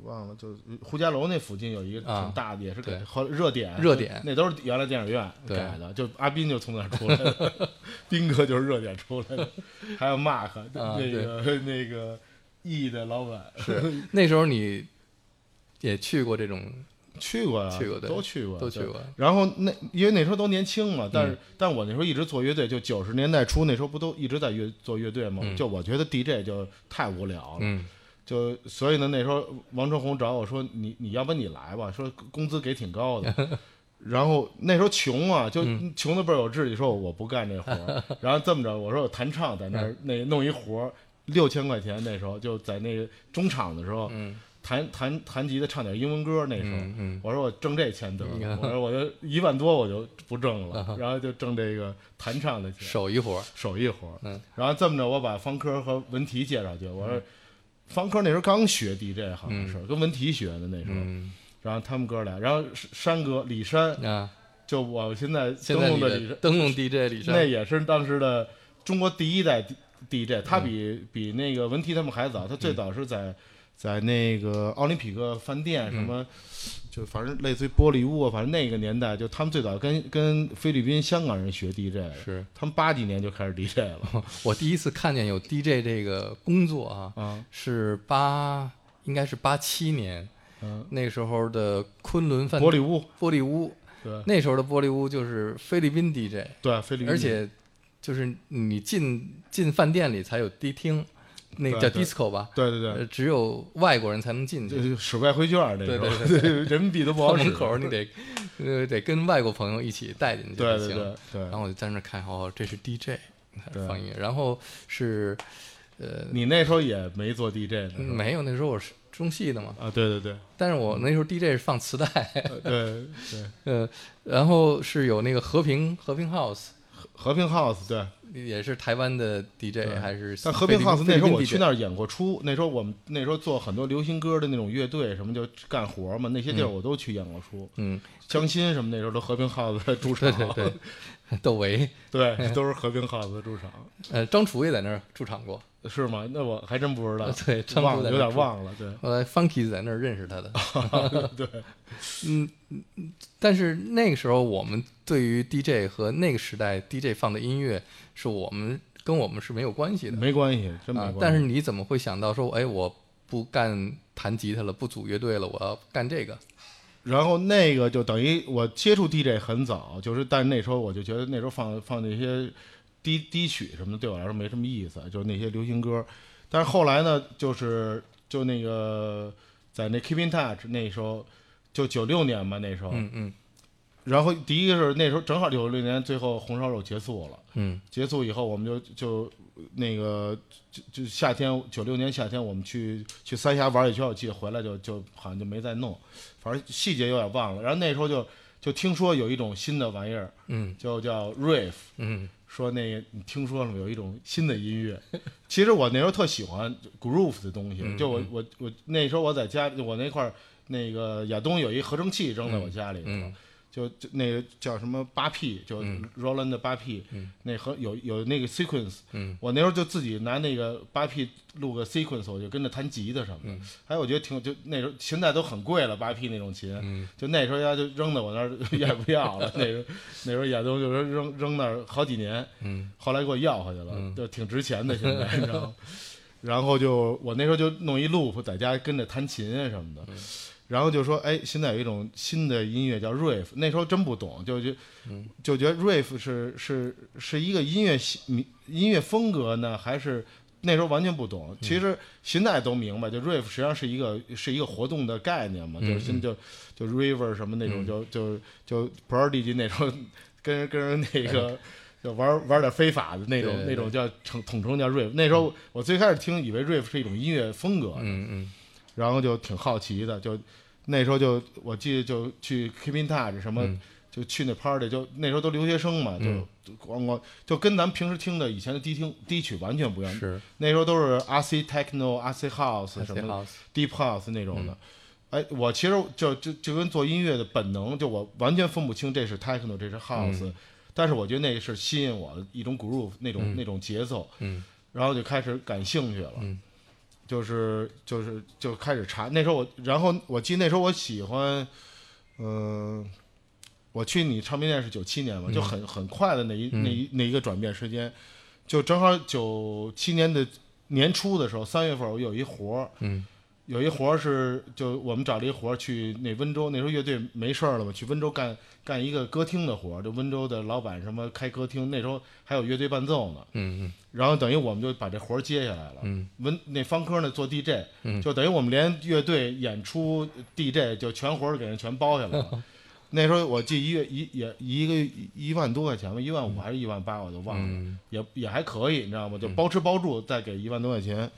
忘了，就是胡家楼那附近有一个
啊
挺大的，也是给
对
后来热点
热点
那都是原来电影院
对
改的，就阿斌就从那儿出来的，斌哥就是热点出来的，还有 Mark
*laughs* 啊
那个那个 E 的老板
是那时候你也去过这种，
去过呀，
去过对
都去过，
都去
对
过。嗯
然后那因为那时候都年轻嘛，但是、但我那时候一直做乐队，就九十年代初那时候不都一直在乐做乐队嘛，
嗯
就我觉得 DJ 就太无聊了。
嗯
就所以呢，那时候王传红找我说：“你你要不你来吧，说工资给挺
*laughs*
高的。”然后那时候穷啊，就
嗯
穷的倍儿有志气，说我不干这
*laughs*
活儿。然后这么着，我说我弹唱在那
嗯
儿那弄一活儿，六千块钱那时候就在那个中场的时候
嗯
弹弹弹吉他，唱点英文歌那时候。
嗯嗯，
我说我挣这钱得
你 *laughs*
了
看，
我说我就一万多我就不挣
啊 *laughs* 哈
了，然后就挣这个弹唱的钱。
手艺活儿，
手艺活儿。
嗯，
然后这么着，我把方科和文提介绍去，我说。方科那时候刚学 DJ，好像是、跟文提学的那时候，
嗯
然后他们哥俩，然后山哥李山，
啊，
就我现在
现
灯
在
笼
你
的李
的
山，
灯笼 DJ 李
那
山，嗯
也是当时的中国第一代 D- DJ，他比、比那个文提他们还早，他最早是在在那个奥林匹克饭店什
嗯
么，就反正类似于玻璃屋啊，反正那个年代就他们最早跟跟菲律宾、香港人学 DJ，的
是
他们八几年就开始 DJ
*laughs*
了
我第一次看见有 DJ 这个工作啊，
啊，
是八，应该是八七年
嗯，
那时候的昆仑饭
玻璃屋，
玻璃屋，
对
那时候的玻璃屋就是菲律宾 DJ，
对，菲律宾，
而且就是你进进饭店里才有迪厅，那个
对
叫
对
disco 吧，
对对对，
呃只有外国人才能进去
就。是使外汇券儿那时候，
对
*laughs* 人民币都不
到
好使，
门口你得，呃，得跟外国朋友一起带进去
对
才
对
行。
对对
然，后我就在那儿看，哦，这是 DJ
对
放音乐，然后是，呃，
你那时候也没做 DJ 呢是吧，
没有，那时候我是中戏的嘛，
啊，对对对，
但是我那时候 DJ 是放磁带， *laughs*
呃对对，
呃，然后是有那个和平和平 House，
和平
*laughs*
House 对，
也是台湾的 DJ
对
还是
但和平 House 那时候我去那
儿，
儿演过出，那时候我们那时候做很多流行歌的那种乐队什么就干活嘛，那些地儿我都去演过出，
嗯，
江心什么那时候都和平 House 的主场
对，对对， *laughs* 窦唯，
对都是和平 House 的主场，
呃，张楚也在那儿驻场过，
是吗？那我还真不知道，
*laughs* 对，张
啊忘
楚在
了
那
有
儿
点
驻。
忘了，对
后来 Funky 在那儿认识他的，
*laughs* 对
嗯，但是那个时候我们对于 DJ 和那个时代 DJ 放的音乐，是我们跟我们是没有关系的
没关系，真没
啊
关系。。
但是你怎么会想到说，哎，我不干弹吉他了，不组乐队了，我要干这个？
然后那个就等于我接触 DJ 很早，就是但那时候我就觉得那时候放放那些低低曲什么的对我来说没什么意思，就是那些流行歌。但是后来呢，就是就那个在那 Keep in Touch 那时候，就九六年吧那时候，
嗯嗯
然后第一个是那时候正好九六年最后红烧肉结束了。
嗯
结束以后，我们就就那个就就夏天九六年夏天，我们去去三峡玩一圈，我记得回来就就好像就没再弄，反正细节有点忘了。然后那时候就就听说有一种新的玩意儿，
嗯
就叫 riff，
嗯
说那个你听说了吗？有一种新的音乐。 *laughs* 其实我那时候特喜欢 groove 的东西，
嗯
就我我我那时候我在家，就我那块儿那个亚东有一合成器扔在我家里头，
嗯
就就那个叫什么八 P，就
嗯
Roland 的八 P，、
嗯
那和有有那个 sequence，
嗯
我那时候就自己拿那个八 P 录个 sequence，我就跟着弹吉他什么的。
嗯
还有我觉得挺就那时候现在都很贵了，八 P 那种琴，
嗯
就那时候家就扔在我那儿 *laughs* 也不要了。那时候那时候亚东就说扔扔那儿好几年，
嗯
后来给我要回去了，
嗯
就挺值钱的现
*laughs*
在，你知道吗？然后就我那时候就弄一 loop 在家跟着弹琴啊什么
嗯
的，然后就说哎，现在有一种新的音乐叫 riff，那时候真不懂，就就
嗯
就觉得 riff 是是是一个音乐系民音乐风格呢，还是那时候完全不
嗯
懂。其实现在都明白，就 riff 实际上是一个是一个活动的概念嘛，
嗯
就是现在就就 river 什么那种，
嗯
就就就 prodigy 那种
*laughs*
跟人跟人那个。就玩玩点非法的那种，
哎对对对
那种叫统统称叫 rave。那时候我最开始听以为 rave 是一种音乐风格，
嗯嗯
然后就挺好奇的，就那时候就我记得就去 Keep in Touch 什么，
嗯
就去那 party，就那时候都留学生嘛，就
嗯
就咣咣就跟咱们平时听的以前的低听低曲完全不一样。
是
那时候都是 RC techno、RC house 什
Acid
么
House
deep house 那种
嗯
的。哎，我其实就就就跟做音乐的本能，就我完全分不清这是 techno，这是
嗯
house，、但是我觉得那是吸引我的一种 groove 那种、
嗯
那种节奏，
嗯
然后就开始感兴趣了，
嗯
就是就是就开始查。那时候我，然后我记得那时候我喜欢，嗯、我去你唱片店是九七年嘛，
嗯
就很很快的那一、那一那一个转变时间，就正好九七年的年初的时候，三月份我有一活儿。
嗯
有一活儿是，就我们找了一活儿去那温州，那时候乐队没事儿了嘛，去温州干干一个歌厅的活儿，就温州的老板什么开歌厅，那时候还有乐队伴奏呢。
嗯
然后等于我们就把这活儿接下来了。
嗯
文那方科呢做 DJ，、
嗯
就等于我们连乐队演出 DJ 就全活儿给人全包下来了。
*laughs*
那时候我记一月一也一个一万多块钱吧，一万五还是一万八，我就忘了，
嗯
也也还可以，你知道吗？就包吃包住，再给一万多块钱，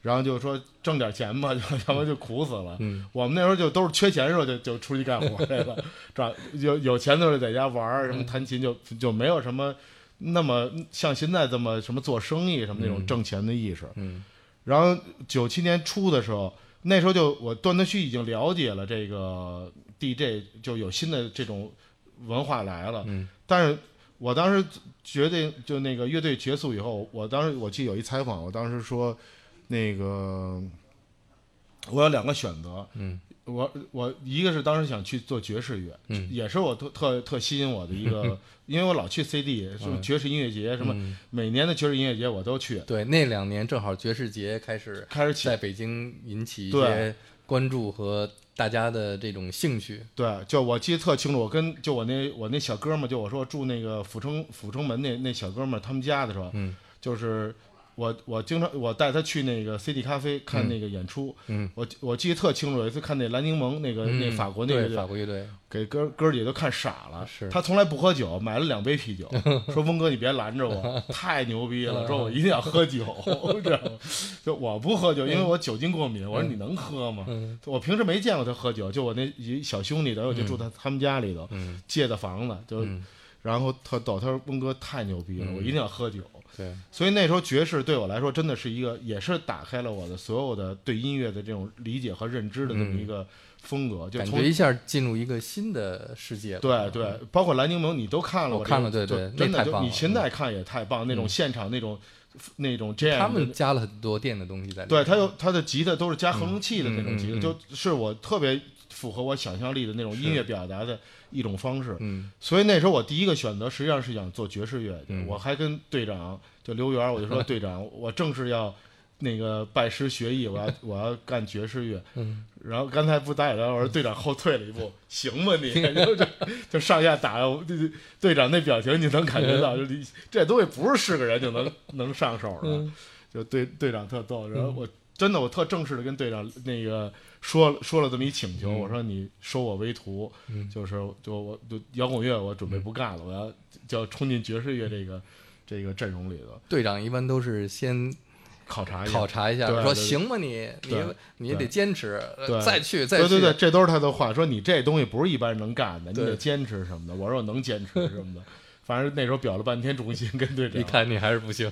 然后就说挣点钱吧，就 *laughs* 要不然就苦死了。
嗯
我们那时候就都是缺钱的时候就就出去干活
*laughs*
去了，找有有钱的时候在家玩儿，什
嗯
么弹琴就就没有什么那么像现在这么什么做生意什么那种
嗯
挣钱的意识。
嗯
然后九七年初的时候，那时候就我段德旭已经了解了这个 DJ 就有新的这种文化来了，
嗯
但是我当时决定就那个乐队结束以后，我当时我记得有一采访，我当时说那个我有两个选择，
嗯
我我一个是当时想去做爵士乐，
嗯
也是我特特特吸引我的
*laughs*
一个，因为我老去 CD，什么
嗯
爵士音乐节，什么
嗯
每年的爵士音乐节我都去，
对，那两年正好爵士节开始
开始起
在北京引起一
对
些关注和大家的这种兴趣。
对，就我记得特清楚，我跟就我那我那小哥们儿，就我说住那个阜成阜成门那那小哥们儿他们家的时候，
嗯
就是我我经常我带他去那个 CD 咖啡看那个演出，
嗯，
我我记得特清楚，有一次看那蓝柠檬那个、呃那
嗯
法国那个
对法国乐队，
给哥哥儿几个都看傻了。
是
他从来不喝酒，买了两杯啤
*laughs*
酒，说：“峰哥，你别拦着我，太牛逼
嗯
了！”说：“我一定要
*laughs*
喝酒，知道吗？就我不喝酒，因为我酒精过敏。”我说：“你能喝吗？”
嗯
我平时没见过他喝酒，就我那一小兄弟，等于我就住他他们家里头
嗯
借的房子，就
嗯，
然后他抖，他说：“峰哥太牛逼了，
嗯
我一定要喝酒。”
对，
所以那时候爵士对我来说真的是一个，也是打开了我的所有的对音乐的这种理解和认知的这么一个风格，就
嗯感
从
觉一下进入一个新的世界了。嗯
对对，包括蓝柠檬，你都看了，
我
我
看了
这个
对
就
对
真
那
的
太
就
棒
你
了嗯
现在看也太棒，那种现场那种那种 jam，
他
的
们加了很多电的东西在里面。
对他有他的吉他都是加合成器的那种
嗯
吉他，
嗯嗯
就是我特别符合我想象力的那种音乐表达的一种方式。
嗯
所以那时候我第一个选择实际上是想做爵士乐，
嗯
我还跟队长就刘源，我就
*laughs*
说队长，我正是要。那个拜师学
*laughs*
艺，我要我要干爵士乐，
嗯，
然后刚才不打扰了，我说队长后退了
*laughs*
一步，行吗你？就就就上下打，我就就队长那表情你能感觉
*laughs*
到，就你这东西不是是个人就能能上手的。
嗯
就队队长特逗，然后我真的我特正式的跟队长那个说了说了这么一请求，
嗯
我说你收我为徒，
嗯
就是就我就摇滚乐我准备不干了，我要就要冲进爵士乐这个这个阵容里头
队长一般都是先
考察一下
考。察一下，
对对
说
对
行吧你，你
对
你得
对
坚持，呃
对
再去再
对
去。
对对，这都是他的话，说你这东西不是一般人能干的，你
对
得坚持什么的。我说我能坚持什么的，反正那时候表了半天忠心跟队长。
一看你还是不行，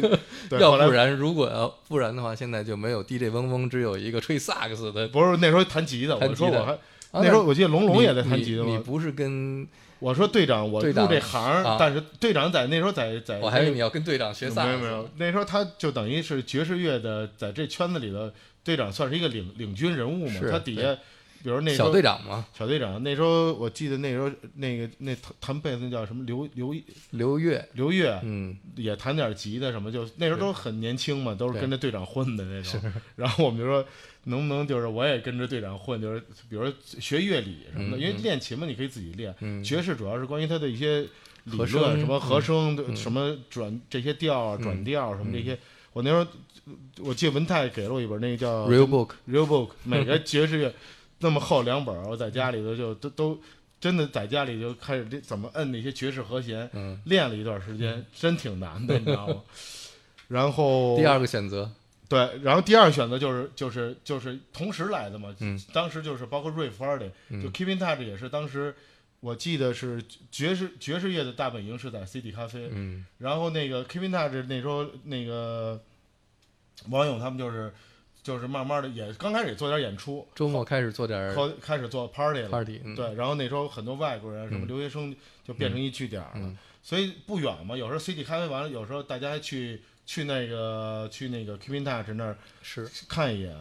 *laughs*
对，
要
后来
不然如果要不然的话，现在就没有 DJ 嗡嗡，只有一个吹萨克斯的。
不是那时候弹吉他，
弹
我说
吉他
我还、
啊
那时候我记得龙龙
你
也在弹吉他
你你
嘛，
不是跟
我说队长，我
队
入
长
这行儿，
啊
但是队长在那时候在在，
我还以为你要跟队长学萨
哎没
克斯。
有没有，那时候他就等于是爵士乐的，在这圈子里的队长算是一个领领军人物嘛
是，
他底下
对
比如那时
小
候
队长嘛，
小队长，那时候我记得那时候那个那弹弹贝斯那叫什么刘刘
刘越，
刘越。
嗯，
也弹点吉他什么，就那时候都很年轻嘛，都是
对
跟着队长混的那种。然后我们就说，能不能就是我也跟着队长混，就是比如说学乐理什么的，
嗯
因为
嗯
练琴嘛，你可以自己练。
嗯
爵士主要是关于它的一些理
和
论，
声
什么和声、对
嗯
什么转这些调啊、
嗯
转调啊什么
嗯
这些。我那时候我记得文泰给了我一本那个叫
Real Book，
Real Book，每个爵士乐那么厚两本儿，我在家里头就都都真的在家里就开始这怎么摁那些爵士和弦，
嗯，
练了一段时间，真挺难的，你知道吗？然
*laughs*
后
第二个选择，
对，然后第二选择就是就是就是同时来的嘛，
嗯
当时就是包括瑞弗尔的，就
嗯
Keep in Touch 也是当时我记得是爵士爵士乐的大本营是在 CD 咖啡，
嗯
然后那个 Keep in Touch 那时候那个王勇他们就是就是慢慢的也刚开始做点演出，
周末开始做点儿
后开始做 party 了，
party，嗯，
对，然后那时候很多外国人，什
嗯
么留学生就变成一据点儿了，
嗯
所以不远嘛。有时候 CD 咖啡完了，有时候大家还去去那个去那个 k i v i n Touch 那儿
是，
看一眼。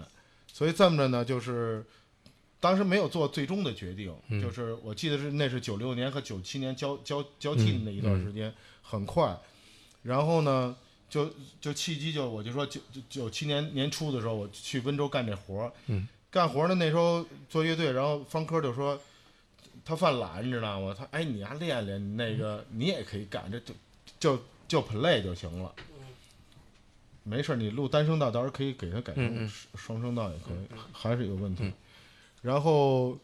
所以这么着呢，就是当时没有做最终的决定，
嗯
就是我记得是那是九六年和九七年交交交替的那一段时间，很快。然后呢，就就契机就我就说九九九七年年初的时候，我去温州干这活儿，
嗯
干活儿呢那时候做乐队，然后方科就说他犯懒，你知道吗？他哎你呀练练你那个
嗯
你也可以干，这就就就 play 就行了。
嗯
没事儿，你录单声道，到时候可以给他改
嗯
成
嗯
双双声道也可以，还是有问题。然后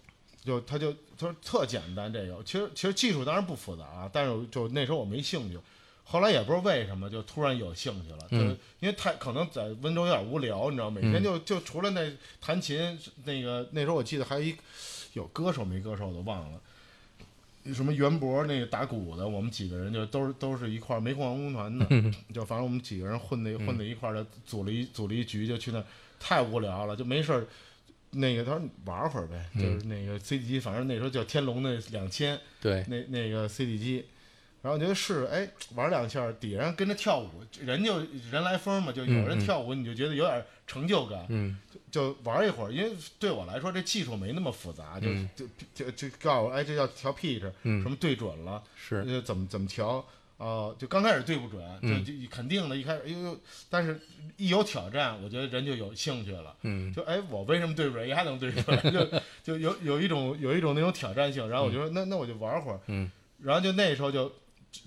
就他就他说特简单这个，其实其实技术当然不复杂啊，但是就那时候我没兴趣，后来也不知道为什么就突然有兴趣了，就是
嗯
因为太可能在温州有点无聊，你知道，每天就就除了那弹琴，那个那时候我记得还有一有歌手没歌手我都忘了。什么袁博那个打鼓的，我们几个人就都是都是一块儿煤矿文工
*laughs*
团的，就反正我们几个人混在
嗯
混在一块儿的，组了一组了一局，就去那儿太无聊了，就没事儿。那个他说你玩会儿呗，
嗯
就是那个 CD 机，反正那时候叫天龙那两千，
对，
那那个 CD 机，然后我觉得是，哎，玩两下，底下人跟着跳舞，人就人来疯嘛，就有人
嗯嗯
跳舞，你就觉得有点成就感，
嗯
就玩一会儿。因为对我来说，这技术没那么复杂，就、
嗯
就就就告诉我，哎，这叫调 pitch，什
嗯，
么对准了，
是，
呃，怎么怎么调啊、就刚开始对不准，就
嗯
就肯定的，一开始，哎呦，但是一有挑战，我觉得人就有兴趣了。
嗯
就哎，我为什么对不准，人家能对准，就 *laughs* 就有有一种有一种那种挑战性。然后我就说，那那我就玩会儿，
嗯
然后就那时候就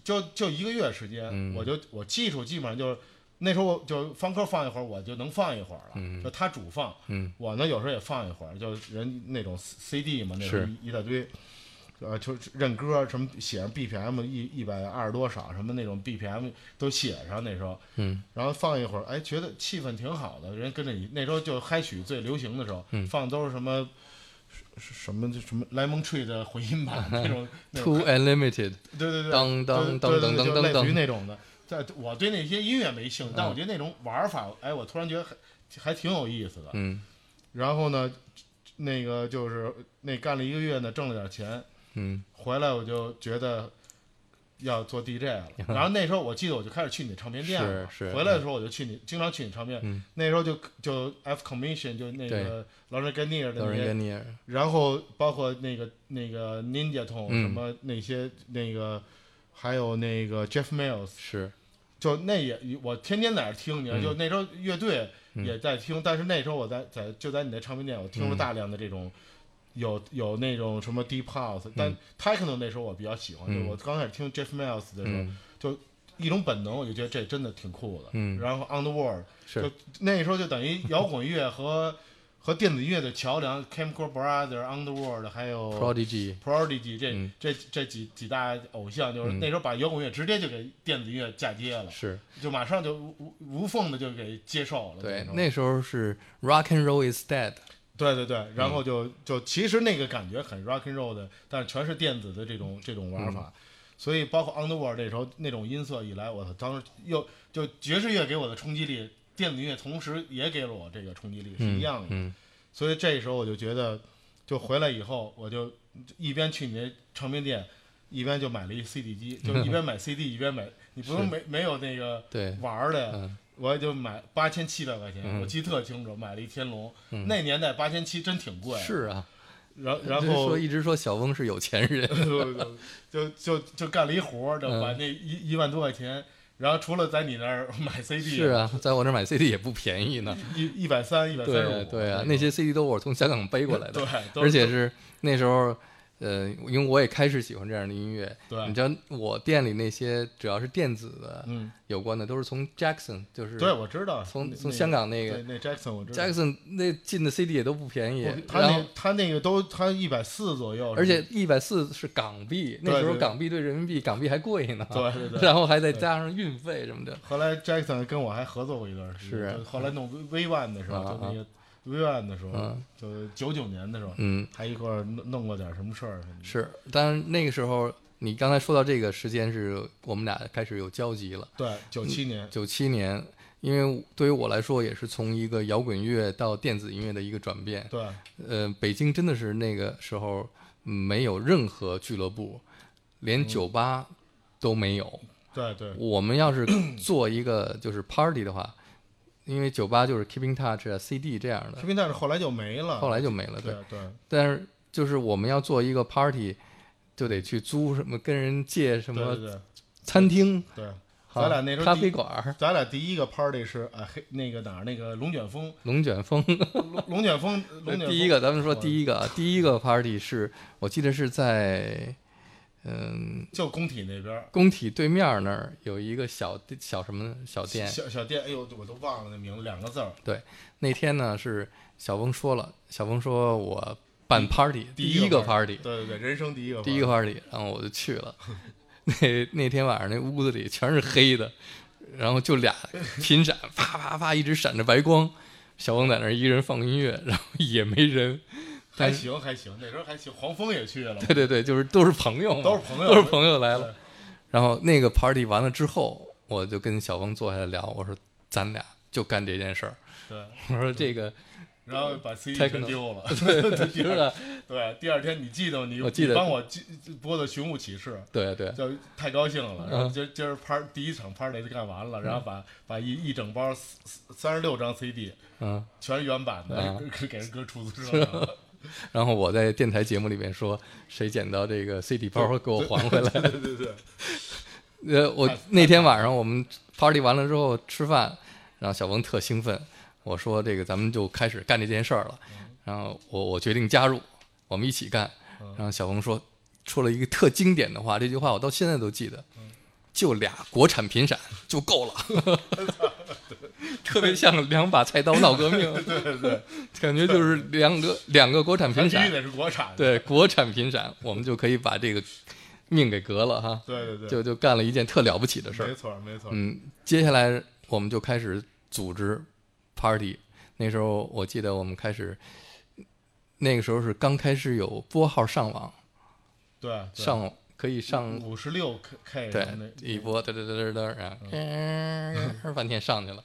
就就一个月时间，
嗯
我就我技术基本上就是那时候我就方科放一会儿，我就能放一会儿了。
嗯
就他主放，
嗯
我呢有时候也放一会儿，就是人那种 C- CD 嘛，那
是
种一一大堆，呃，就是认歌什么写上 BPM 一一百二十多少什么那种 BPM 都写上那时候，
嗯
然后放一会儿，哎，觉得气氛挺好的，人跟着你那时候就嗨曲最流行的时候，
嗯
放都是什么。什么什么 Lemon Tree 的回音
*laughs*
版那种，那种
，Too Unlimited，
对对对，
当当当当当
就类
当
似
当，
于那种的。在我对那些音乐没兴趣，但我
嗯
觉得那种玩法，哎，我突然觉得还还挺有意思的。
嗯
然后呢，那个就是那干了一个月呢，挣了点钱，
嗯
回来我就觉得要做 DJ
*laughs*
了。然后那时候我记得我就开始去你的唱片店了，
是是
回来的时候我就去你，经常去你唱片。
嗯
那时候就就 F Commission 就那个劳伦甘尼尔的
，Lauren
那些
Garnier，
然后包括那个那个 Ninja t o n
嗯
什么那些、那个，还有那个 Jeff Mills，
是，
就那也我天天在那儿听，你知道，
嗯
就那时候乐队
嗯
也在听，但是那时候我在在就在你的唱片店，我听了
嗯
大量的这种。有有那种什么 deep house，但 techno 那时候我比较喜欢，
嗯
就我刚开始听 Jeff Mills 的时候，
嗯
一种本能我就觉得这真的挺酷的。
嗯
然后 on the world，
是
就，那时候就等于摇滚乐和 *laughs* 和电子音乐的桥梁，Chemical Brother、Underworld，还有
Prodigy，
Prodigy 这、
嗯
这这几几大偶像，就是
嗯
那时候把摇滚乐直接就给电子音乐嫁接了，
是
就马上就无无无缝的就给接受了。
对
那，种
那时候是 Rock and Roll is dead，
对对对，然
嗯
后就、就其实那个感觉很 rock and roll 的，但是全是电子的这种这种玩
嗯
法。所以包括 Underworld 那时候那种音色一来，我操，当时又就爵士乐给我的冲击力，电子音乐同时也给了我这个冲击力，是一
嗯
样的。
嗯
所以这时候我就觉得，就回来以后，我就一边去你那唱片店，一边就买了一 CD 机，
*laughs*
就一边买 CD 一边买，你不用没没有那个
对，
玩儿的，
嗯
我也就买八千七百块钱，
嗯
我记得特清楚，买了一天龙，
嗯
那年代八千七真挺贵，，
是啊， *laughs*
然然
就是
后
说一直说小翁是有钱人，
*laughs* 就就就干了一活儿，就
嗯
把那一一万多块钱。然后除了在你那儿 *laughs* 买 CD，
是啊，在我这儿买 CD 也不便宜呢。
一一百三、一百三
对
十
啊
五，
对啊，
种
那些 CD 都是我从香港背 *laughs* 过来
对
的，，
都
而且是那时候，呃，因为我也开始喜欢这样的音乐。
对
你，知道我店里那些只要是电子的
嗯，
有关的，都是从 Jackson，就是
对，我知道，
从
那
从
那
香港那个
对那 Jackson 我知道
Jackson 那进的 CD 也都不便宜
我，他
然后
那他那个都他一百四左右，
而且一百四是港币，那
对
时候
对
港币对人民币，港币还贵呢。
对对对。
然后还再加上运费什么的，
后来 Jackson 跟我还合作过一段时间，
是
就后来弄 V One 的时候，
啊
就那个 V One 的时候
嗯，
就九九年的时候，
嗯，
还一块儿弄弄过点什么事儿什么的。
是，当然那个时候，你刚才说到这个时间是我们俩开始有交集了。
对，九七年，
九七年，因为对于我来说也是从一个摇滚乐到电子音乐的一个转变。
对
呃，北京真的是那个时候嗯没有任何俱乐部，
嗯
连酒吧都没有。
对对
我们要是
*coughs*
做一个就是 party 的话，因为酒吧就是 Keeping Touch 啊、CD 这样的
视，频但是啊后来就没了。
后来就没了。对
对，对
但是就是我们要做一个 party，就得去租什么，跟人借什
对
么
对
餐厅，
对，
好
咱俩那时候
咖
第
啡馆儿、
咱俩第一个 party 是啊黑那个哪儿那个龙
*laughs*
卷风，
龙卷风。
龙龙卷风，龙卷风嗯
第一个，咱们说
我
第一个啊，第一个 party 是我记得是在嗯
就工体那边儿。
工体对面儿那儿有一个小地小什么小店。
小小店，哎呦，我都忘了那名字，两个字儿。
那天呢是小峰说了，小峰说我办 party，
嗯第
一
个
个 party，
对对对，人生第一个
第一个 party，然后我就去
*laughs*
了。那那天晚上那屋子里全是黑的，然后就俩频
*laughs*
闪，啪啪啪一直闪着白光。小王在那儿一个人放音乐，然后也没人。
还行还行，那时候还行，黄蜂也去了，
*laughs* 对对对，就是都是朋友嘛，
都是朋
都
友，
是朋友来
对
了。然后那个 party 完了之后，我就跟小翁坐下来聊，我说咱俩就干这件事儿。 *laughs*
对 *laughs*
我说这个
然后把 CD 全
Techno
丢了。
对，是 *laughs* 的，
对，第二天你记得你，
我记得
你帮我记播的《寻物启事
对对》，
就太高兴了。然后
嗯
今儿今儿 part 第一场 party 就干完了，然后把把一一整包三十六张 CD
嗯。
全是原版的
啊，
*laughs* 给给人搁出租车上了。
然后我在电台节目里面说，谁捡到这个 CD 包给我还 *laughs* 回来。
对对对，
呃，我那天晚上我们 party 完了之后吃饭，然后小翁特兴奋，我说这个咱们就开始干这件事儿了，
嗯
然后我我决定加入，我们一起干。然后小翁说说了一个特经典的话，这句话我到现在都记得，
嗯
就俩国产频闪就够了，
*laughs*
特别像两把菜刀闹革命，对对
*laughs*
*laughs*
对，
感觉就是两个两个国产
它必
频闪
须，得是国产的。
对国产频闪，我们就可以把这个命给革了哈。
对对对，
就就干了一件特了不起的事
没
儿。
错没错。
嗯，接下来我们就开始组织 party。那时候我记得我们开始，那个时候是刚开始有拨号上网，
对，对
上可以上
五十六 K K
对
什么的
一波嘚嘚嘚嘚嘚，然后嗯半天上去了。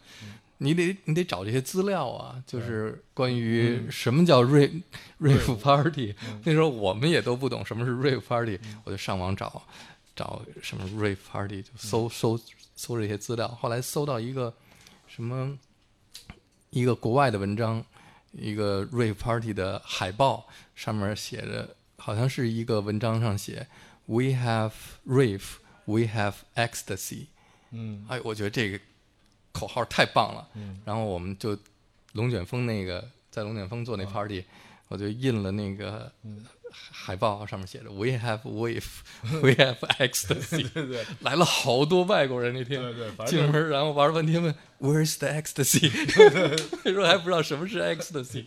你得你得找这些资料啊，就是关于什么叫 rave rave party，那时候我们也都不懂什么是 rave party，我就上网找找什么 rave party，就搜搜搜这些资料。后来搜到一个什么一个国外的文章，一个 rave party 的海报，上面写着好像是一个文章上写 “We have rave, we have ecstasy”。
嗯，
哎，我觉得这个口号太棒了。然后我们就龙卷风那个在龙卷风
啊
做那 party，、我就印了那个
嗯
海报，上面写着 “We have wave, we have
*laughs*
ecstasy”。
对对
来了好多外国人那天，
对对，反
进
正
门然后玩了半天问 “Where's the
*laughs*
ecstasy”，那时候还不知道什么是 ecstasy。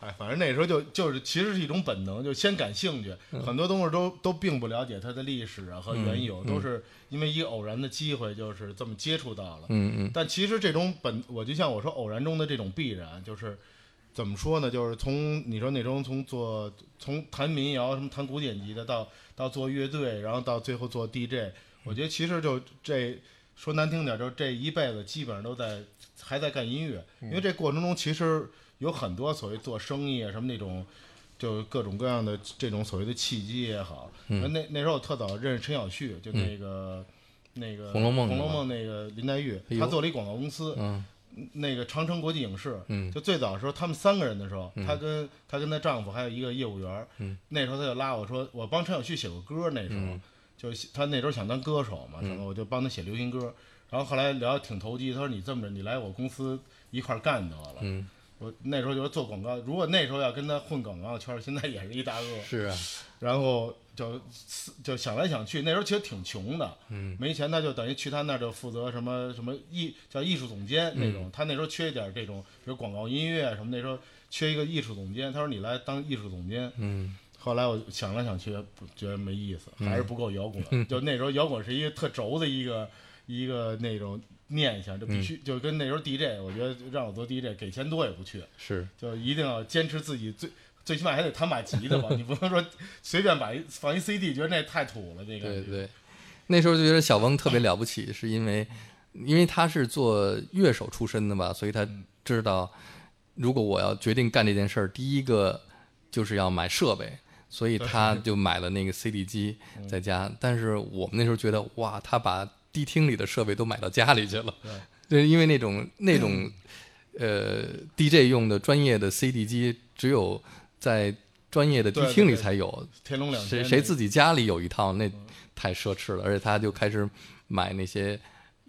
哎，反正那时候就就是其实是一种本能，就先感兴趣，
嗯
很多东西都都并不了解它的历史啊和缘
嗯
由，都是因为一个偶然的机会，就是这么接触到了。
嗯嗯
但其实这种本，我就像我说偶然中的这种必然，就是怎么说呢？就是从你说那种从做从弹民谣什么弹古典吉的，到到做乐队，然后到最后做 DJ，我觉得其实就这说难听点儿，就这一辈子基本上都在还在干音乐，
嗯
因为这过程中其实有很多所谓做生意啊什么那种。就各种各样的这种所谓的契机也好，
嗯
呃那那时候我特早认识陈小旭，就那个、那个《
红楼梦
红楼
是吧
梦》那个林黛玉，
哎呦
他做了一广告公司，
嗯
那个长城国际影视，
嗯
就最早的时候，他们三个人的时候，她跟她跟她丈夫还有一个业务员，
嗯
那时候她就拉我说，我帮陈小旭写过歌，那时候、就是她那时候想当歌手嘛，什么、我就帮她写流行歌，然后后来聊得挺投机，她说你这么着，你来我公司一块儿干得了。
嗯，
我那时候就是做广告，如果那时候要跟他混广告圈儿，现在也是一大鳄。
是啊，
然后就思就想来想去，那时候其实挺穷的，
嗯，
没钱，他就等于去他那儿就负责什么什么艺叫艺术总监那
嗯
种，他那时候缺一点这种，比如广告音乐什么，那时候缺一个艺术总监，他说你来当艺术总监。
嗯
后来我想来想去，不觉得没意思，还是不够摇滚。
嗯
就那时候摇滚是一个特轴的一个一个那种念想，就必
嗯
须、就跟那时候 DJ，我觉得让我做 DJ，给钱多也不去。
是，
就一定要坚持自己最最起码还得弹把
*laughs*
吉的吧，你不能说随便把一放一 CD，觉得那太土了，这个
对对，那时候就觉得小翁特别了不起，是因为因为他是做乐手出身的吧，所以他知道，如果我要决定干这件事儿，第一个就是要买设备，所以他就买了那个 CD 机
嗯
在家。但是我们那时候觉得，哇，他把迪厅里的设备都买到家里去了，对，因为那种那
*clears throat*
种呃 DJ 用的专业的 CD 机，只有在专业的迪
对对
厅里
对
才有，
天龙两
谁
千
谁
那嗯
自己家里有一套，那太奢侈了。而且他就开始买那些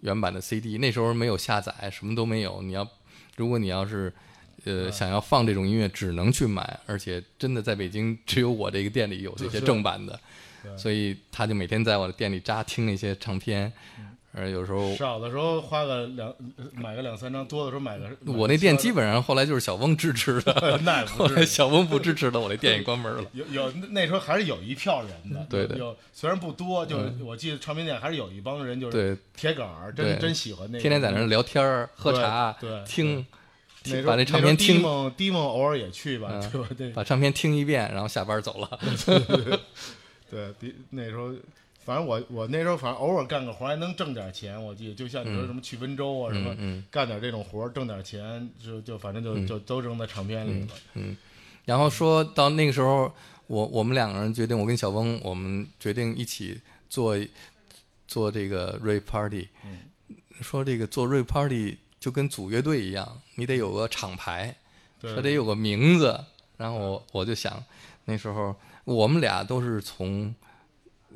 原版的 CD，那时候没有下载，什么都没有。你要如果你要是
嗯
呃想要放这种音乐，只能去买，而且真的在北京只有我这个店里有这
啊
些正版的，所以他就每天在我的店里扎听那些唱片，
嗯
而有时候。
少的时候花个两买个两三张，多的时候买个
*laughs* 我那店基本上后来就是小翁支持的，
本 *laughs* 那也
后
不
来
是
小翁不支持了，我那店也关
*laughs*
门了。
*laughs* 有有那时候还是有一票人的，
嗯对对嗯
有虽然不多，就是我记得唱片店还是有一帮人就是
对，
铁杆儿，
对
真真喜欢那个
天天在那儿聊天儿、喝
对
茶、
对
听，
那时
听
候
把那唱片听
那时候 Dimo Dimo 偶尔也去吧，
嗯
对吧？对
把唱片听一遍，然后下班走了。
对，比那时候反正我我那时候反正偶尔干个活儿还能挣点钱，我记得就像你说
嗯
什么去温州啊什么
嗯，嗯
干点这种活儿挣点钱，就就反正就
嗯
就都扔在唱片里了。
嗯， *laughs* 然后说到那个时候，我我们两个人决定，我跟小峰，我们决定一起做做这个 rap party。说
嗯
这个做 rap party 就跟组乐队一样，你得有个厂牌，说得
对，
有个名字。然后我我就想，那时候我们俩都是从，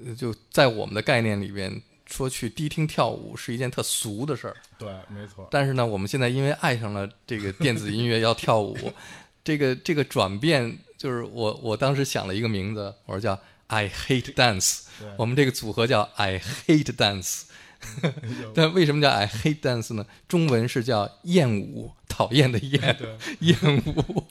呃就在我们的概念里边。说去迪厅跳舞是一件特俗的事儿，
对，没错，
但是呢，我们现在因为爱上了这个电子音乐，要跳舞，这个这个转变，就是我我当时想了一个名字，我说叫 I Hate Dance，
对
我们这个组合叫 I Hate
*laughs*
Dance。
有
但为什么叫 I Hate Dance 呢？中文是叫厌舞，讨厌的厌，
对
厌恶，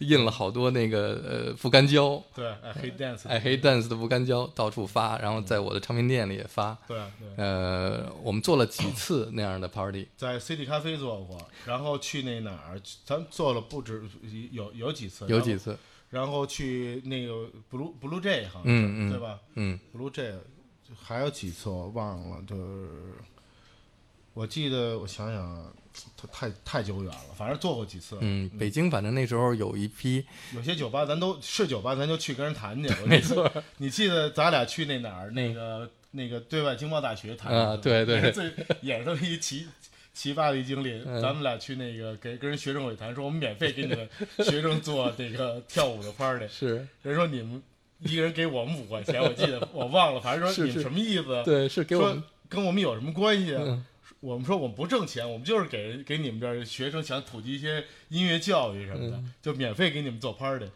印了好多那个呃不干胶
对，哎，黑 dance，
，I Hate Dance 的不干胶到处发，然后在我的唱片店里也发。
对对，
呃，我们做了几次那样的 party，
在 CD 咖啡做过，然后去那哪儿，咱们做了不止有有几次，
有几次，
然后，然后去那个 Blue Blue Jay 好像是，
嗯嗯
对吧
嗯。
？Blue Jay 还有几次我忘了，就是我记得我想想，它太太久远了，反正做过几次，
嗯，北京反正那时候有一批，
有些酒吧咱都是酒吧，咱就去跟人谈去。
*laughs*
没错，你记得咱俩去那哪儿那个那个对外经贸大学谈 *laughs*
啊对对嗯
对，最也是一奇 *laughs* 奇葩的一经历。咱们俩去那个给跟人学生会谈，说我们免费给你们学生做那个跳舞的
*laughs*
party，
是
人说你们一个人给我们五块钱，我记
*laughs*
得我忘了，反正
是
说你们
是
什么意思？
对，是给我
说
们
跟我们有什么关系啊？
嗯
我们说我们不挣钱，我们就是给人给你们这儿学生想普及一些音乐教育什么的，
嗯
就免费给你们做 party，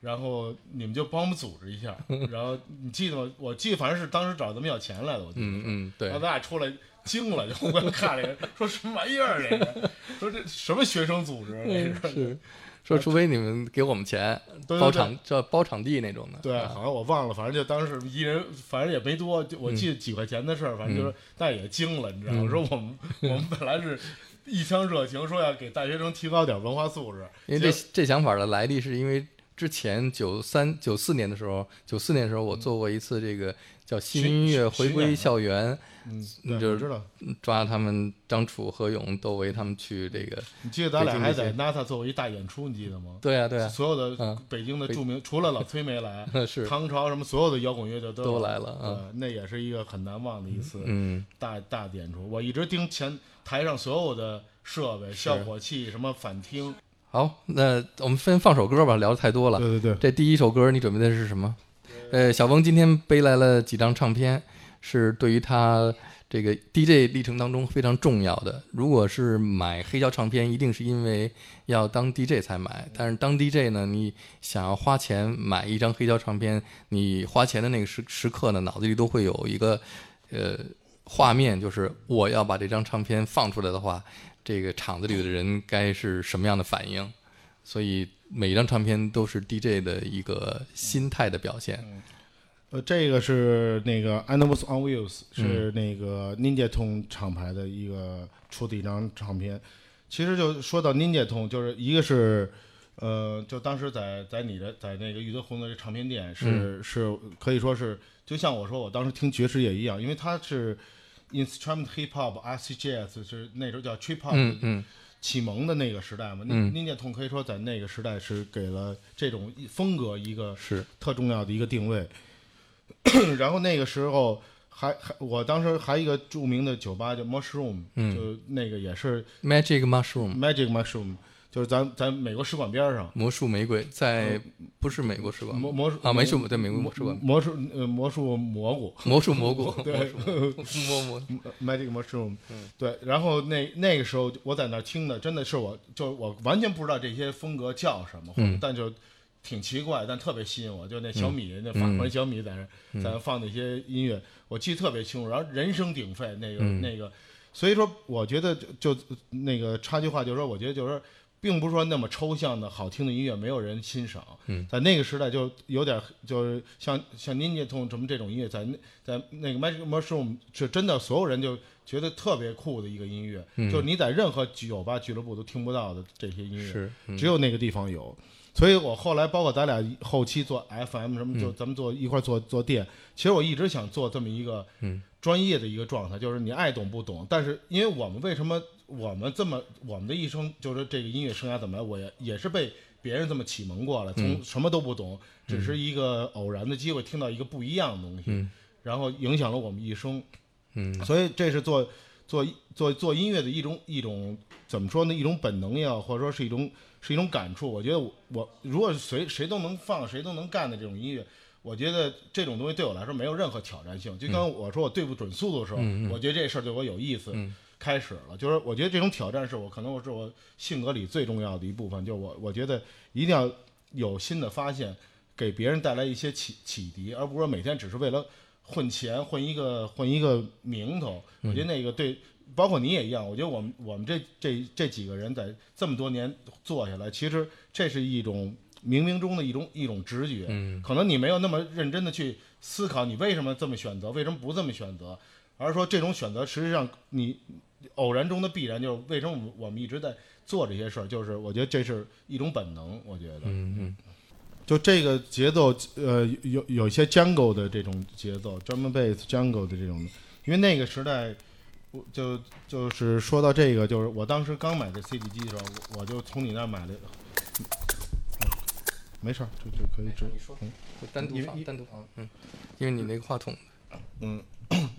然后你们就帮我们组织
*laughs*
一下。然后你记得吗？我记得反正是当时找咱们要钱来的，我记得。
嗯嗯对
然后咱俩出来惊了，就互相看了一眼，说什么玩意儿这个？说这什么学生组织？啊
*laughs*
这是
嗯 *laughs* 是，说除非你们给我们钱
对
包
对对
场，这包场地那种的，
对，
啊
好像我忘了，反正就当时一人，反正也没多，就我记得几块钱的事儿，反
嗯
正就是，但也惊了，你知道吗？我说我们我们本来是一腔热情，说要给大学生提高点文化素质，
因为这
结
这想法的来历是因为之前九三九四年的时候，九四年的时候我做过一次这个叫新
巡
音乐
巡
回
巡演
归
嘛
校园，
嗯，
嗯
对，
就是
我知道。
抓他们张楚、何勇、窦唯他们去这个，
你记得咱俩还
北
在
京
NASA 做过一大演出，你记得吗？
对啊对啊，
所有的
嗯
北京的
北嗯
著名，除了老崔没
*laughs*
来，
是
唐朝什么所有的摇滚乐队
都
来
来了啊，
对那也是一个很难忘的一次
嗯
大大演出。我一直盯前台上所有的设备、效果器、什么反听，
好，那我们先放首歌吧，聊的太多了。
对对，
这第一首歌你准备的是什么？呃，小翁今天背来了几张唱片，是对于他这个 DJ 历程当中非常重要的。如果是买黑胶唱片，一定是因为要当 DJ 才买，但是当 DJ 呢，你想要花钱买一张黑胶唱片，你花钱的那个时时刻呢，脑子里都会有一个呃画面，就是我要把这张唱片放出来的话，这个厂子里的人该是什么样的反应？所以每一张唱片都是 DJ 的一个心态的表现。
呃，这个是那个 Animals on Wheels，是那个 Ninja Tune 厂牌的一个出的一张唱片。其实就说到 Ninja Tune，就是一个是，呃，就当时在在你的在那个玉德红的这唱片店是、是可以说是，就像我说我当时听爵士乐一样，因为它是 Instrument Hip Hop、RC Jazz 是那时候叫 Trip Hop 的
嗯嗯
启蒙的那个时代嘛。
嗯
您念痛可以说在那个时代是给了这种一风格一个
是
特重要的一个定位。 *coughs* 然后那个时候还还，我当时还有一个著名的酒吧叫 Mushroom，、
嗯
就那个也是
Magic Mushroom
Magic Mushroom，就是咱咱美国使馆边上。
魔术玫瑰在不是美国使馆
魔魔术
啊，美术在美国使馆，
魔术呃魔术蘑
*laughs*
菇
魔术蘑菇，嗯
对
魔术蘑蘑
*laughs* Magic Mushroom，、对，然后那那个时候我在那儿听的，真的是我就是我完全不知道这些风格叫什么，或者
嗯
但就挺奇怪，但特别吸引我，就那小米、那法
嗯
国小米在那、在那放那些音乐，我记得特别清楚，然后人声鼎沸，那个、
嗯
那个，所以说我觉得就就那个插句话，就是说我觉得就是说。并不是说那么抽象的好听的音乐没有人欣赏。
嗯，
在那个时代就有点就是像像 Ninja Tune 什么这种音乐，在那在那个 Magic Mushroom 是真的所有人就觉得特别酷的一个音乐，
嗯
就是你在任何酒吧俱乐部都听不到的这些音
*laughs*
乐。
是，嗯
只有那个地方有。所以我后来包括咱俩后期做 FM 什么，
嗯
就咱们做一块儿做做店。其实我一直想做这么一个
嗯
专业的一个状态，就是你爱懂不懂。但是因为我们为什么我们这么我们的一生就是这个音乐生涯怎么来，我也也是被别人这么启蒙过来，
嗯
从什么都不懂，只是一个偶然的机会听到一个不一样的东西，
嗯
然后影响了我们一生。
嗯
所以这是做做做做音乐的一种一种怎么说呢？一种本能也好，或者说是一种是一种感触。我觉得我我如果是谁谁都能放，谁都能干的这种音乐，我觉得这种东西对我来说没有任何挑战性。就刚刚我说我对不准速度的时候，
嗯嗯嗯
我觉得这事儿对我有意思。
嗯
开始了，就是我觉得这种挑战是我可能我是我性格里最重要的一部分，就是我我觉得一定要有新的发现，给别人带来一些启启迪，而不是说每天只是为了混钱、混一个混一个名头。我
嗯
觉得那个对，包括你也一样。我觉得我们我们这这这几个人在这么多年做下来，其实这是一种冥冥中的一种一种直觉。
嗯
可能你没有那么认真的去思考你为什么这么选择，为什么不这么选择，而是说这种选择实际上你偶然中的必然，就是为什么我们我们一直在做这些事儿，就是我觉得这是一种本能，我觉得。
嗯嗯
就这个节奏，呃，有有一些 Django 的这种节奏，drum and bass Django 的这种，因为那个时代，我就就是说到这个，就是我当时刚买这 CD 机的时候，我我就从你那儿买了，嗯没事儿，就就可以直，
哎你说，就单独
因为
放
因
单独放，嗯，因为你那个话筒，
嗯，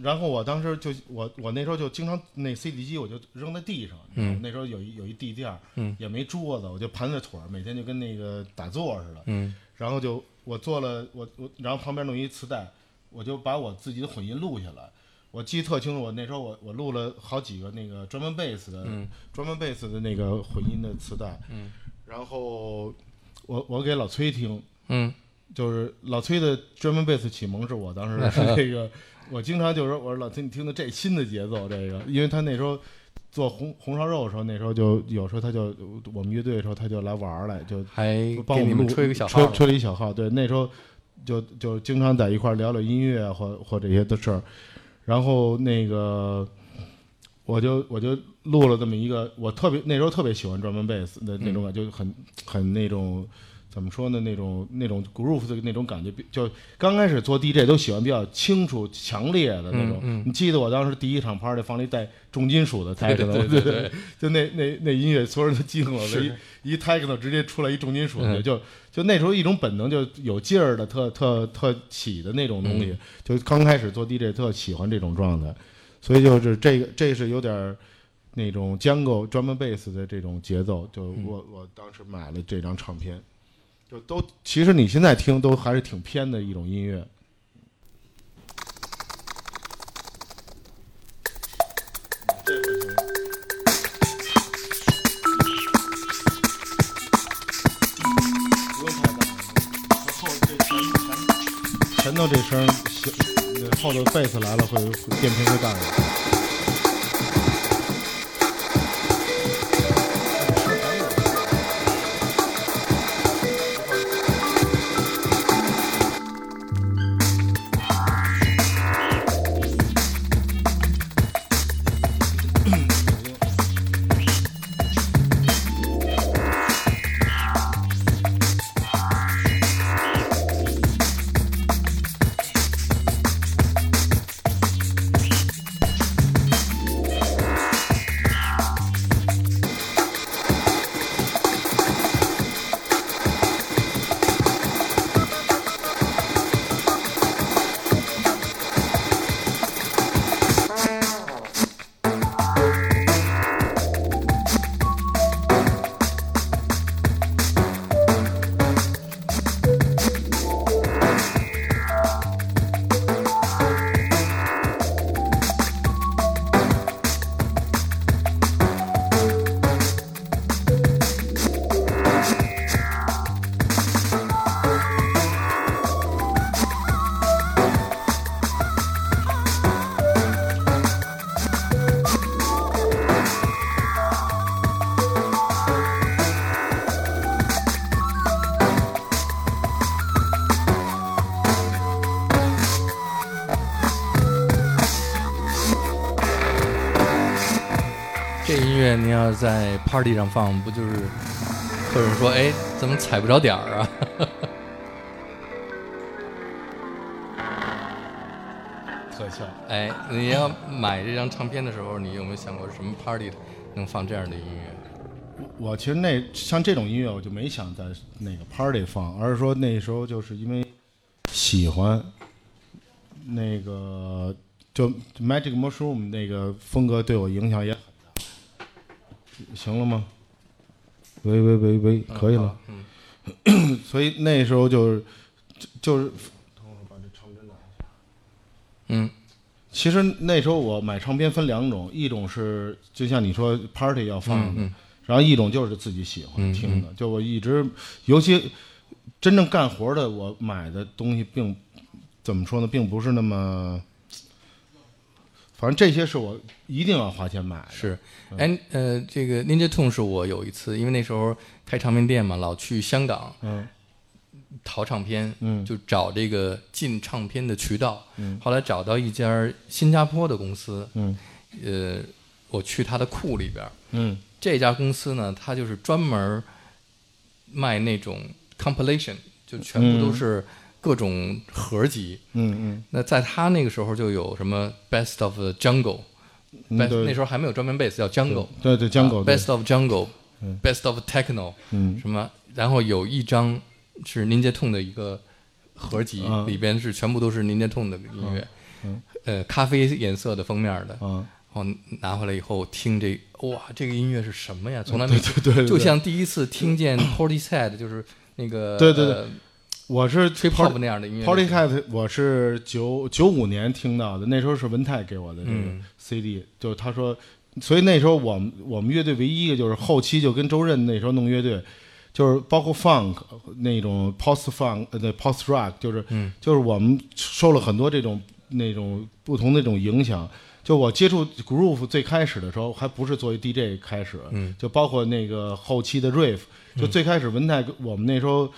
然后我当时就我我那时候就经常那 CD 机我就扔在地上，你知道吗
嗯
那时候有一有一地垫儿，
嗯
也没桌子，我就盘着腿儿，每天就跟那个打坐似的，
嗯
然后就我做了我我，然后旁边弄一磁带，我就把我自己的混音录下来。我记得特清楚，我那时候我我录了好几个那个专门贝斯的、
嗯
专门贝斯的那个混音的磁带，
嗯
然后我我给老崔听，
嗯
就是老崔的专门贝斯启蒙是我当时
*laughs*
这个，我经常就说我说老崔你听的这新的节奏这个，因为他那时候做红红烧肉的时候，那时候就有时候他就我们乐队的时候他就来玩儿来，就
还
帮
给
我
你
录
们吹个小
吹
号，
吹了一小号。对，那时候就就经常在一块儿聊聊音乐啊或或这些的事儿。然后那个，我就我就录了这么一个，我特别那时候特别喜欢专门贝斯的那
嗯
种感觉，就很很那种怎么说呢，那种那种 groove 的那种感觉，就刚开始做 DJ 都喜欢比较清楚、强烈的那种。
嗯嗯
你记得我当时第一场 party 放了一带重金属的 t
对
e c
对
h
对对对，
*laughs* 就那那那音乐，所有人都激
*laughs*
动了，
是
一一 techno 直接出来一重金属
嗯
就就那时候一种本能，就有劲儿的，特特特起的那种
嗯
东西。就刚开始做 DJ 特喜欢这种状态，所以就是这个这是有点儿那种 Django 专门贝斯的这种节奏。就
嗯
我、我当时买了这张唱片，就都其实你现在听都还是挺偏的一种音乐。这回行了。不用太大，后这前前前头这声小，那后头贝斯来了会会变频会大一点。
Thank
乐您要在 party 上放，不就是会有人说，哎，怎么踩不着点儿啊？ *laughs*
特效。
哎，你要买这张唱片的时候，你有没有想过什么 party 能放这样的音乐？
我我其实那像这种音乐，我就没想在那个 party 放，而是说那时候就是因为喜欢那个就就 Magic Mushroom 那个风格对我影响也很大。行了吗？喂喂喂喂，可以了。
嗯，
*coughs* 所以那时候就是就就是，
嗯，
其实那时候我买唱片分两种，一种是就像你说 party 要放的，
嗯
然后一种就是自己喜欢
嗯
听的，就我一直，尤其真正干活的，我买的东西并怎么说呢，并不是那么，反正这些是我一定要花钱买的。
是，
嗯
哎，呃，这个 Ninja Tune 是我有一次，因为那时候开唱片店嘛，老去香港
嗯
淘唱片，
嗯
就找这个进唱片的渠道，
嗯
后来找到一家新加坡的公司，
嗯
呃，我去他的库里边儿，
嗯
这家公司呢，它就是专门儿卖那种 compilation，就全部都是各种合集。
嗯
那在他那个时候就有什么 Best of the Jungle，、
嗯，
best,
对
那时候还没有专门 base 叫 Jungle，
对对江狗
啊
对
Best of Jungle，Best、
嗯
of Techno
嗯
什么，然后有一张是 Ninja Tune 的一个合集，
嗯
里边是全部都是 Ninja Tune 的音乐，
嗯
呃，咖啡颜色的封面的，
啊，
然后拿回来以后听这，哇，这个音乐是什么呀？从来没
嗯对对对，对
就像第一次听见 Portishead，就是那个
对对对
呃
我是
吹
party-
pop 那样的音乐。
Party Cat，我是九九五年听到的，那时候是文泰给我的这个
嗯
CD，、就是他说，所以那时候我们我们乐队唯一一个就是后期就跟周任那时候弄乐队，就是包括 Funk 那种 Post Funk 呃对 Post Rock，就是、
嗯
就是我们受了很多这种那种不同的这种影响。就我接触 Groove 最开始的时候，还不是作为 DJ 开始，
嗯
就包括那个后期的 riff，就最开始文泰我们那时候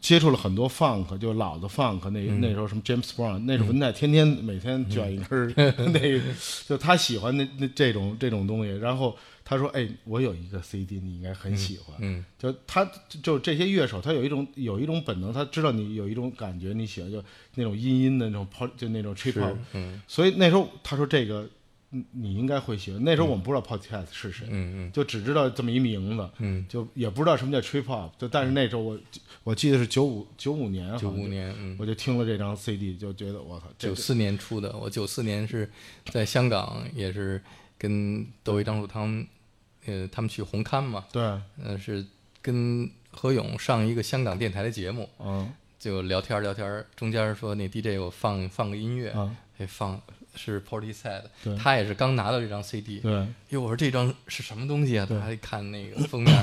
接触了很多 funk，就老的 funk，那、
嗯
那时候什么 James Brown，那是文泰天天每天卷一根
*laughs*
儿、那个，就他喜欢那那这种这种东西，然后他说：“哎，我有一个 CD，你应该很喜欢。
嗯
就他就这些乐手，他有一种有一种本能，他知道你有一种感觉，你喜欢就那种阴阴的那种 pop，就那种 trip hop，
嗯
所以那时候他说这个嗯你应该会喜欢。那时候我们不知道 podcast 是谁，
嗯
就只知道这么一名字，
嗯
就也不知道什么叫 trip hop。就但是那时候我我记得是九五九五年，
嗯，九五，年，嗯，
我就听了这张 CD，就觉得我操，这
九四年出的。我九四年是在香港，也是跟窦唯、张楚汤，呃，他们去红磡嘛，
对，
呃，是跟何勇上一个香港电台的节目，
嗯
就聊天儿聊天儿，中间说那 DJ 我放放个音乐，
啊，
哎，放是 Portishead，
对
他也是刚拿到这张 CD，
对，
哟，我说这张是什么东西啊？
对
他一看那个封
*coughs*
面，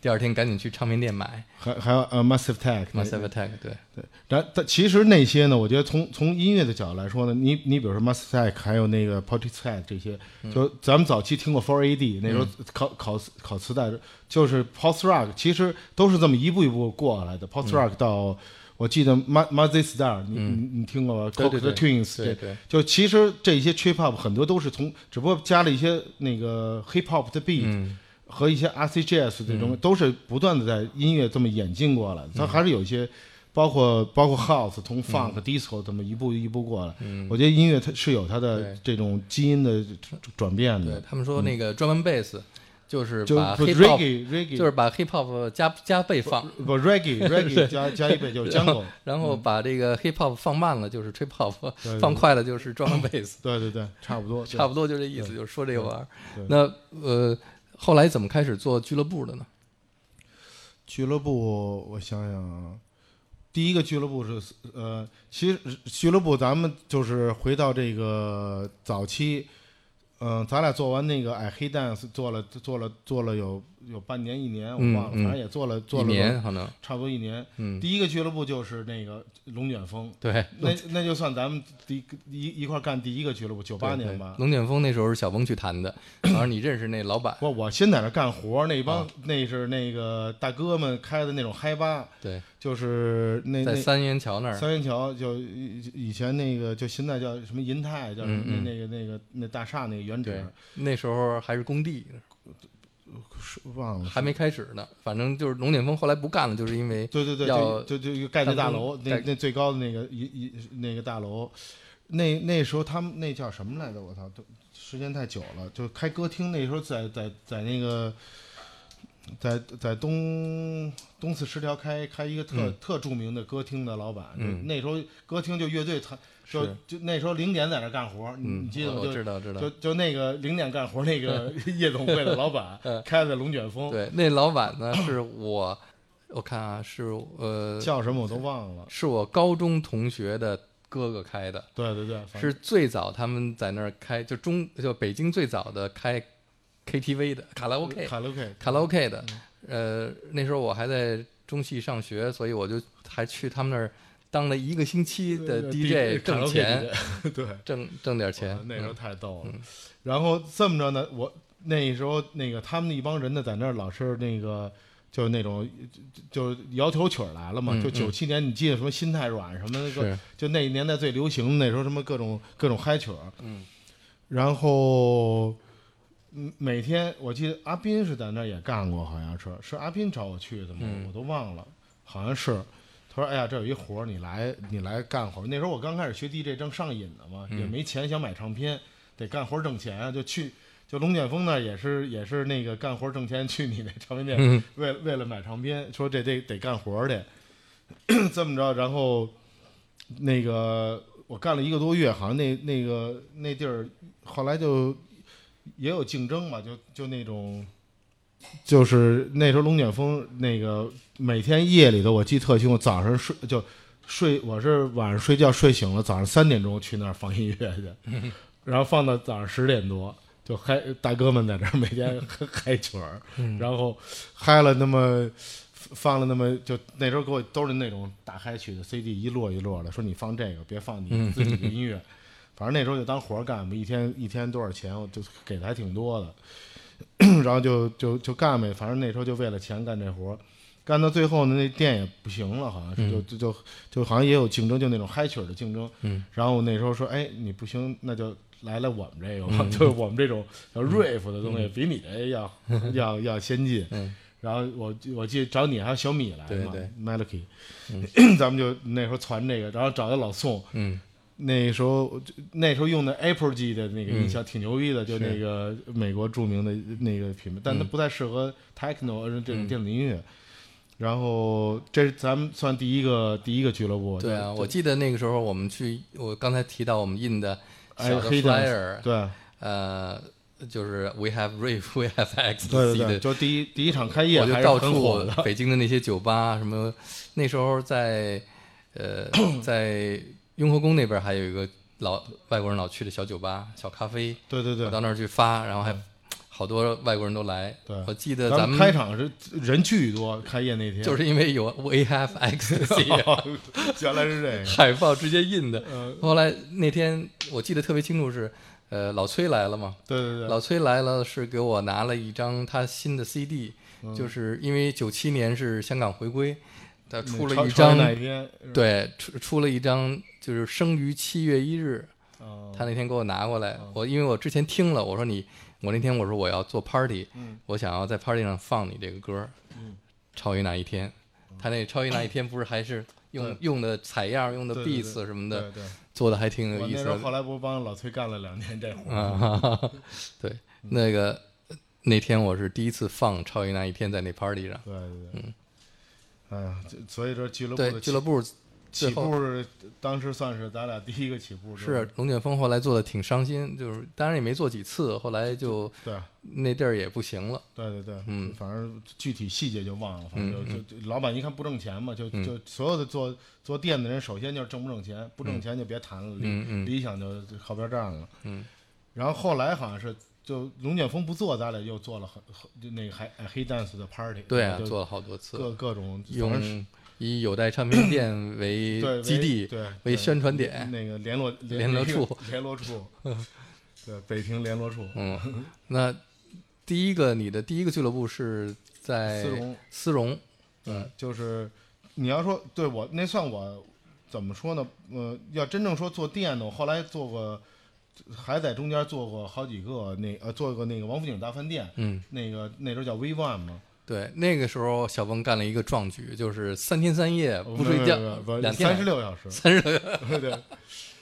第二天赶紧去唱片店买
还还有呃 Massive
《
Tech，
Massive Attack》。对，
对，然但其实那些呢，我觉得从从音乐的角度来说呢，你你比如说 Mustang 还有那个 p o t y s e t 这些，
嗯
就咱们早期听过 Four AD，那时候考考考磁带，就是 Post Rock，其实都是这么一步一步过
嗯
来的。Post Rock 到我记得 Ma Mazy Star，你你你听过吧
对
c o
对
c k the
对
Twins，
对
这
对，
就其实这些 Trip Hop 很多都是从，只不过加了一些那个 Hip Hop 的 beat，
嗯
和一些 RCGS 这种、都是不断的在音乐这么演进过来的，
嗯
它还是有一些包括包括 House 从 Funk、Disco 这么一步一步过来。
嗯，
我觉得音乐它是有它的
对
这种基因的转转变
对
的，
他们说那个 drum and bass 就是
嗯就
把
不
hip hop
Reggae Reggae
就是把 hip hop 加加倍放，
嗯不 Reggae Reggae 加加一
*laughs*
倍就是 Jungle，
然后把这个 hip hop 放慢了就是 trip hop，
对对
*laughs* 放快了就是
*clears throat*
drum and bass，
对对对，差不多，
差
不
不多就这意思，就是说这个玩意儿
对。
那呃，后来怎么开始做俱乐部的呢？
俱乐部我想想啊。第一个俱乐部是呃，其实俱乐部咱们就是回到这个早期，嗯，咱俩做完那个矮黑 dance，做了做了做了有有半年一年，我
嗯
忘了，
嗯
反正也做了做
一
了
年可能，
差不多一年。
嗯，
第一个俱乐部就是那个龙卷风，
对。
那那就算咱们第一一一块儿干第一个俱乐部，九八
对
年
对
吧。
龙卷风那时候是小峰去谈
*clears throat*
的，然后你认识那老板，
我我先在那干活，那
啊
帮、那是那个大哥们开的那种嗨吧，
对，
就是那
在
那
三元桥那儿，
三元桥就以以前那个就现在叫什么银泰，叫什么
嗯嗯
那那个那个那大厦那个原址嗯
对，那时候还是工地，
是忘了是
还没开始呢。反正就是龙卷风后来不干了，就是因为
对对对，
要
就就就盖那大楼，
办公
那
盖
那最高的那个一一那个大楼，那那时候他们那叫什么来着？我操，都时间太久了，就开歌厅。那时候在在在那个在在东东四十条开开一个特、
嗯
特著名的歌厅的老板，就
嗯
那时候歌厅就乐队他就是就那时候零点在那干活，你
嗯
你，记得吗？
我
就
我知道知道
就，就那个零点干活那个 *laughs* 夜总会
*laughs*
的老板
嗯
开的龙卷风，
对，那老板呢是我，我看啊，是呃，
叫什么我都忘了。
是我高中同学的哥哥开的，
对对对，反
是最早他们在那儿开，就中就北京最早的开 KTV 的卡拉 OK
卡拉嗯 OK，
卡拉 OK 的，呃，那时候我还在中戏上学，所以我就还去他们那儿当了一个星期的 DJ
卡拉
挣
OK
钱，
DJ 对，
挣挣点
哇
*laughs* 钱。
那时候
嗯
太逗了。然后这么着呢，我那时候那个他们一帮人呢，在那儿老是那个。就是那种，就就摇头曲儿来了嘛，
嗯
就
嗯
九七年，你记得什么心太软什么那个，
是
就那年代最流行的那时候什么各种各种嗨曲儿，
嗯，
然后嗯每天我记得阿斌是在那儿也干过，好像是是阿斌找我去的吗？
嗯
我都忘了，好像是。他说：“哎呀，这有一活儿，你来，你来干活儿。那时候我刚开始学 DJ，正上瘾呢嘛，
嗯
也没钱，想买唱片，得干活儿挣钱啊，就去就龙卷风那儿也是也是那个干活儿挣钱，去你那唱片店
嗯
为为了买唱片，说这得得干活儿去， *coughs* 这么着，然后那个我干了一个多月，好像那那个那地儿后来就也有竞争嘛，就就那种，就是那时候龙卷风那个每天夜里头我记得特清楚，早上睡就睡我是晚上睡觉睡醒了，早上三点钟去那儿放音乐去， *laughs* 然后放到早上十点多。就嗨，大哥们在这儿每天嗨嗨曲儿，然后嗨了那么放了那么就那时候给我都是那种打嗨曲的 CD 一摞一摞的，说你放这个别放你自己的音乐，反正那时候就当活儿干吧，一天一天多少钱，我就给的还挺多的，然后就就就干呗，反正那时候就为了钱干这活儿。干到最后呢，那店也不行了，好像是就就就就好像也有竞争，就那种嗨曲儿的竞争。
嗯，
然后我那时候说，哎，你不行，那就来来我们这个吧，
嗯 *laughs*
就是我们这种叫 rave 的东西，比你这要要要先进。
嗯
然后我我记得找你还有小米来
对
嘛
对
m e l o d y *clears throat* 咱们就那时候传这个，然后找的老宋，
嗯，
那时候那时候用的 Apple G 的
嗯
那个音箱挺牛逼的，就那个美国著名的那个品牌，但
嗯
它不太适合 techno 呃这种电子音乐。然后这是咱们算第一个第一个俱乐部，
对啊，
就
我记得那个时候我们去，我刚才提到我们印的
哎
小的
黑的
flyer，
对
呃，就是 We have rave, we have X
对
C
对对，
的
就第一第一场开业
我就
还是
到
很火
处
的，
北京的那些酒吧，啊什么那时候在呃在雍和宫那边还有一个老外国人老去的小酒吧、小咖啡，
对对对
我，到那儿去发，然后还好多外国人都来。
对
我记得
咱
咱
们开场是人巨多，开业那天
就是因为有 We Have X C，
*laughs*
啊
原来是这个，
海报直接印的。
嗯，
后来那天我记得特别清楚是，呃，老崔来了嘛，
对对对，
老崔来了是给我拿了一张他新的 CD，、就是
嗯
因为九七年是香港回归，他出了一张
那天，
对，出出了一张就是生于七月一日，
哦
他那天给我拿过来，我因为我之前听了，我说你，我那天我说我要做 party，
嗯
我想要在 party 上放你这个歌，
嗯
超越那一天，他那超越那一天不是还是用
对
用的采样、用的
对对
beats 什么
对
的，
对。
做的还挺有
我
意
那
思
时候
的
后来不是帮老崔干了两年这活儿，
啊，哈哈哈 *laughs* 对，那个那天我是第一次放超越那一天在那 party 上，
对对对，哎呀，这所以说俱乐部
嗯对，
的
俱
起
乐部
起
最后
步是当时算是咱俩第一个起步，
是龙卷风后来做的挺伤心，就是当然也没做几次，后来就
对
那地儿也不行了。
对对对，
嗯
反正具体细节就忘了，反正就就就老板一看不挣钱嘛，就
嗯
就所有的做做店的人，首先就是挣不挣钱，不挣钱就别谈了，
嗯嗯
理理想就靠边站了，
嗯，
然后后来好像是。就龙卷风不做，咱俩又做了很很就那个还黑 dance 的 party，
对啊，
就
做了好多次，
各各种反正是
用以有带唱片店为
对
基地
对
为
对
宣传点。
那个联络
联络处，
联
*laughs*
络处，对，北平联络处，
嗯，那第一个你的第一个俱乐部是在
丝绒，
丝绒，嗯
对，就是你要说对我那算我怎么说呢？呃，要真正说做店的，我后来做过还在中间做过好几个那呃，做过那个王府井大饭店，
嗯，
那个那时候叫 V One 嘛，
对，那个时候小峰干了一个壮举，就是三天三夜不
哦
睡觉，两
呃三十
天
六小时，
三十六， *laughs*
对，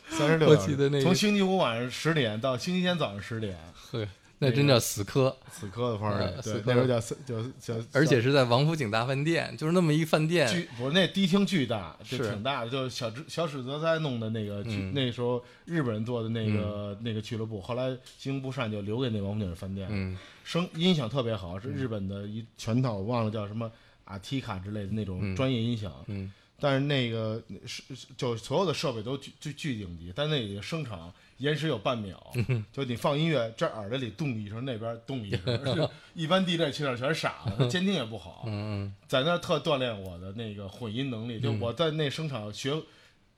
三十六。
我记得那个
从星期五晚上十点到星期天早上十点，
呵那真叫死磕。
死磕的 party，
嗯死
对
磕，
那时候叫三叫叫，
而且是在王府井大饭店，就是那么一饭
叫
店，
巨不是那迪厅巨大，就是挺大的，就是小之小史泽哉弄的那个
嗯
俱，那时候日本人做的那个那个俱乐部，后来经营不善就留给那王府井饭店，
嗯，
声音响特别好，是日本的一全套，我忘了叫什么阿提卡之类的那种专业音响。
嗯
但是那个是就所有的设备都巨巨巨顶级，但那里的声场延时有
*laughs*
半秒，就你放音乐，这耳朵里动一声，那边动一
*laughs*
声，就一般 DJ 去那儿全傻了，监听也不好，
嗯
在那儿特锻炼我的那个混音能力，就我在那声场学。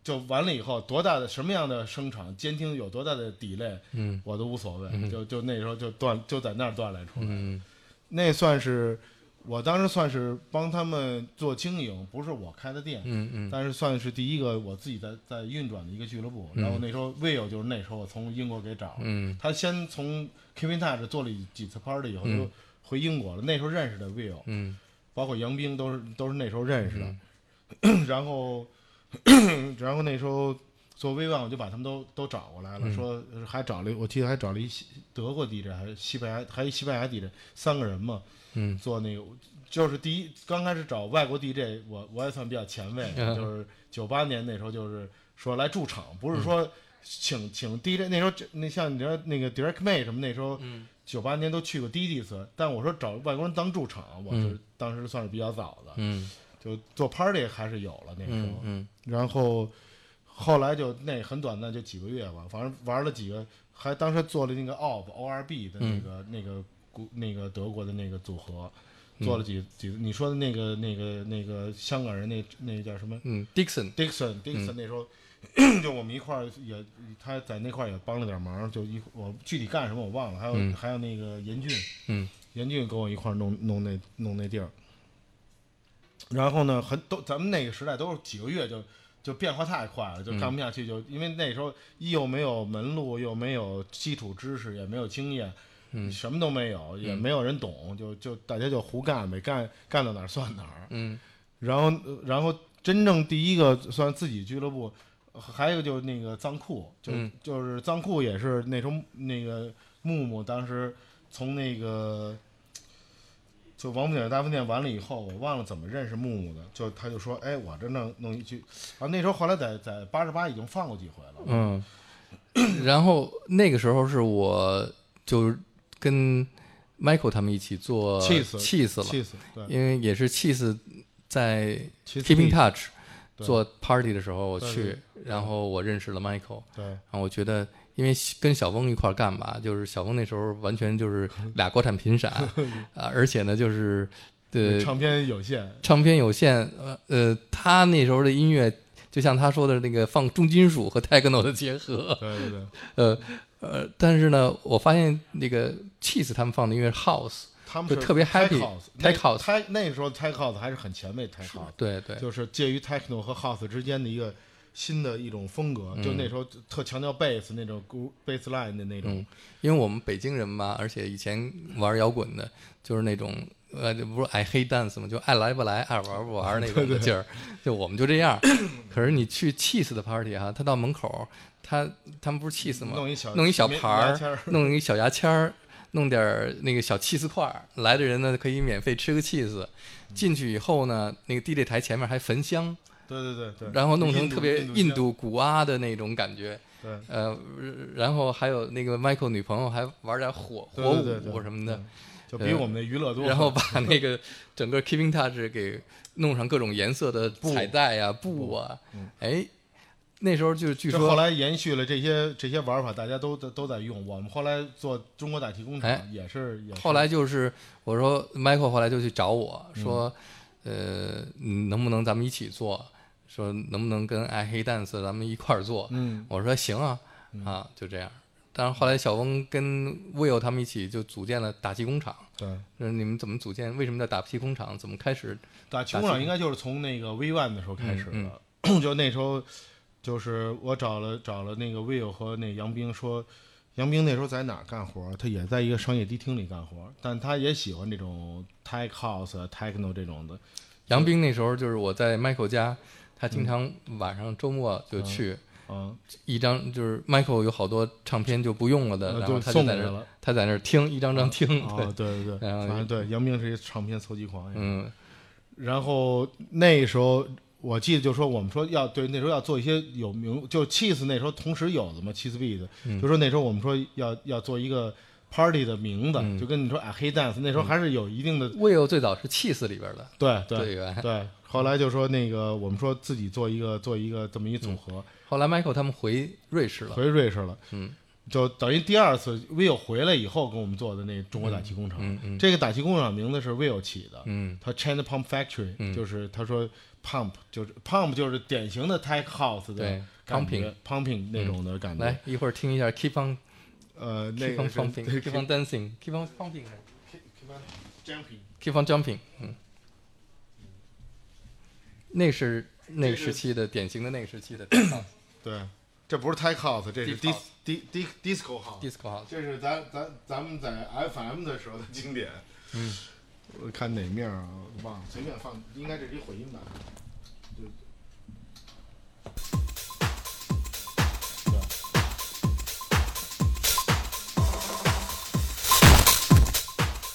就完了以后，多大的什么样的声场，监听有多大的底类，
嗯
我都无所谓，就就那时候就锻就在那儿锻炼出来。
嗯
那算是我当时算是帮他们做经营，不是我开的店，
嗯嗯，
但是算是第一个我自己在在运转的一个俱乐部。然后那时候 Will 就是那时候我从英国给找，
嗯
他先从 Kevin Touch 做了几次 party 以后就回英国了。那时候认识的 Will，
嗯
包括杨冰都是都是那时候认识的。 *clears throat* 然后然后那时候做 V One，我就把他们都都找过来了，说还找了，我记得还找了一西德国 DJ，还是西班牙，还有一西班牙 DJ，三个人嘛，
嗯，
做那个。就是第一，刚开始找外国 DJ，我我也算比较前卫，
*laughs* 嗯
就是九八年那时候，就是说来驻场，不是说请、请 DJ。那时候就那像你知道那个 Direct May 什么，那时候
嗯
九八年都去过第一次，但我说找外国人当驻场，我是当时算是比较早的，
嗯
就做 party 还是有了那时候。
嗯嗯
然后后来就那很短暂，就几个月吧，反正玩了几个，还当时做了那个 OB O R B 的那个、那个古那个德国的那个组合，做了几、几你说的那个那个那个香港人那那个叫什么
嗯，Dixon，
Dixon Dixon 那时候。 *clears throat* 就我们一块儿也，他在那块儿也帮了点忙，就一我具体干什么我忘了，还有、还有那个严俊，
嗯
严俊跟我一块儿弄弄那弄那地儿。然后呢，很都咱们那个时代都是几个月就就变化太快了，就干
嗯
不下去，就因为那时候又没有门路，又没有基础知识，也没有经验，
嗯
什么都没有，也没有人懂，就就大家就胡干呗，干干到哪儿算哪儿。
嗯
然后呃然后真正第一个算自己俱乐部，还有一个就是那个脏库，就、
嗯
就是脏库也是那时候那个木木当时从那个就王府井大饭店完了以后，我忘了怎么认识木木的，就他就说，哎，我这弄弄一句啊，那时候后来在在八十八已经放过几回了，
嗯，然后那个时候是我就跟 Michael 他们一起做
Cheese
cheese 了，
气死，对，
因为也是 cheese 在
气死
Keeping Touch
对
做 party 的时候我
对
去，然后我认识了 Michael，
对，
然后我觉得，因为跟小峰一块儿干吧，就是小峰那时候完全就是俩国产频闪啊、而且呢，就是呃
唱片有限，
唱片有限，呃呃，他那时候的音乐就像他说的那个放重金属和 techno 的结合，
对对对，
呃呃，但是呢，我发现那个 Cheese 他们放的音乐是 house，
他们
就是特别 happy，
t e
tech house
那那时候 tech house 还是很前卫 tech house。
对对，
就是介于 techno 和 house 之间的一个新的一种风
嗯
格。就那时候特强调 bass 那种 gro- bass line 的那种
嗯，因为我们北京人嘛，而且以前玩摇滚的，就是那种呃，就不是爱黑 dance 嘛，就爱来不来，爱玩不玩那种的劲
*laughs*
儿，就我们就这样。可是你去 cheese 的 party 啊哈、他到门口，他他们不是 cheese 吗？
弄一小
弄一小牌
棉棉签
儿
儿，
弄一小牙签儿，弄点儿那个小 cheese 块儿，来的人呢可以免费吃个 cheese。进去以后呢，那个 DJ 台前面还焚香，
对对对对，
然后弄成
印度
特别印
印
度古阿的那种感觉。
对，
呃，然后还有那个 Michael 女朋友还玩点火火
对对对
舞
对
什么的，
就比我们的娱乐多。
然后把那个整个 Keeping Touch 给弄上各种颜色的彩带呀、布啊，哎，那时候就是据
嗯这后
说，
来延续了这些这些玩法，大家都在都在用。我们后来做中国打题工
哎
厂也是，也是
后来就是我说 Michael 后来就去找我
嗯
说，呃，嗯能不能咱们一起做？说能不能跟爱黑 dance 咱们一块儿做？
嗯
我说行啊，啊，就这样。但是后来小翁跟 Will 他们一起就组建了打气工厂。
对。
就是你们怎么组建？为什么叫打皮工厂？怎么开始？嗯
*clears throat* 打球场应该就是从那个 V One 的时候开始的，就那时候就是我找了找了那个 Will 和那杨冰说，杨冰那时候在哪儿干活儿？他也在一个商业迪厅里干活儿，但他也喜欢这种 tech house 啊、techno 这种的。
杨冰那时候就是我在 Michael 家，他经常晚上周末就去，
嗯，
一张就是 Michael 有好多唱片就不用了的，
呃
然后
就
他就
送
在
给
那
他
儿
了。
他在那儿听一张张听，对
哦，对对对，
然后
反正对杨冰是一个唱片搜集狂。也是
嗯
然后那时候我记得就说我们说要对那时候要做一些有名，就 Cheese 那时候同时有的嘛，Cheese Beat，、
嗯
就说那时候我们说要要做一个 party 的名字，
嗯
就跟你说啊黑 dance 那时候还是有一定的、
，Will 最早是 Cheese 里边的
对对
队员，
对。后来就说那个我们说自己做一个做一个这么一组合，
后来 Michael 他们回瑞士了，
回瑞士了，
嗯，
就等于第二次 Will 回来以后跟我们做的那中国打气工厂，
嗯嗯
这个打气工厂名字是 Will 起的，
嗯
他 China Pump Factory，、
嗯
就是他说 pump 就是 pump 就是典型的 tech house 的
对
感
，Pumping，嗯
觉 pumping 那种的感觉。
来一会儿听一下 Keep on
呃，那
Keep
个
on
是
Pumping
对
Keep on Dancing Keep on Pumping 还是
jumping，
Keep on Jumping，嗯，那是那
这
个
是
时期的典型的那个时 *coughs* 期的
对，这不是 tech house，这是
Deep
dis dis dis disco house，
disco house。
这是咱咱咱们在 FM 的时候的经典。
嗯，
我看哪面儿啊？忘了，随便放，应该这是一混音版。就对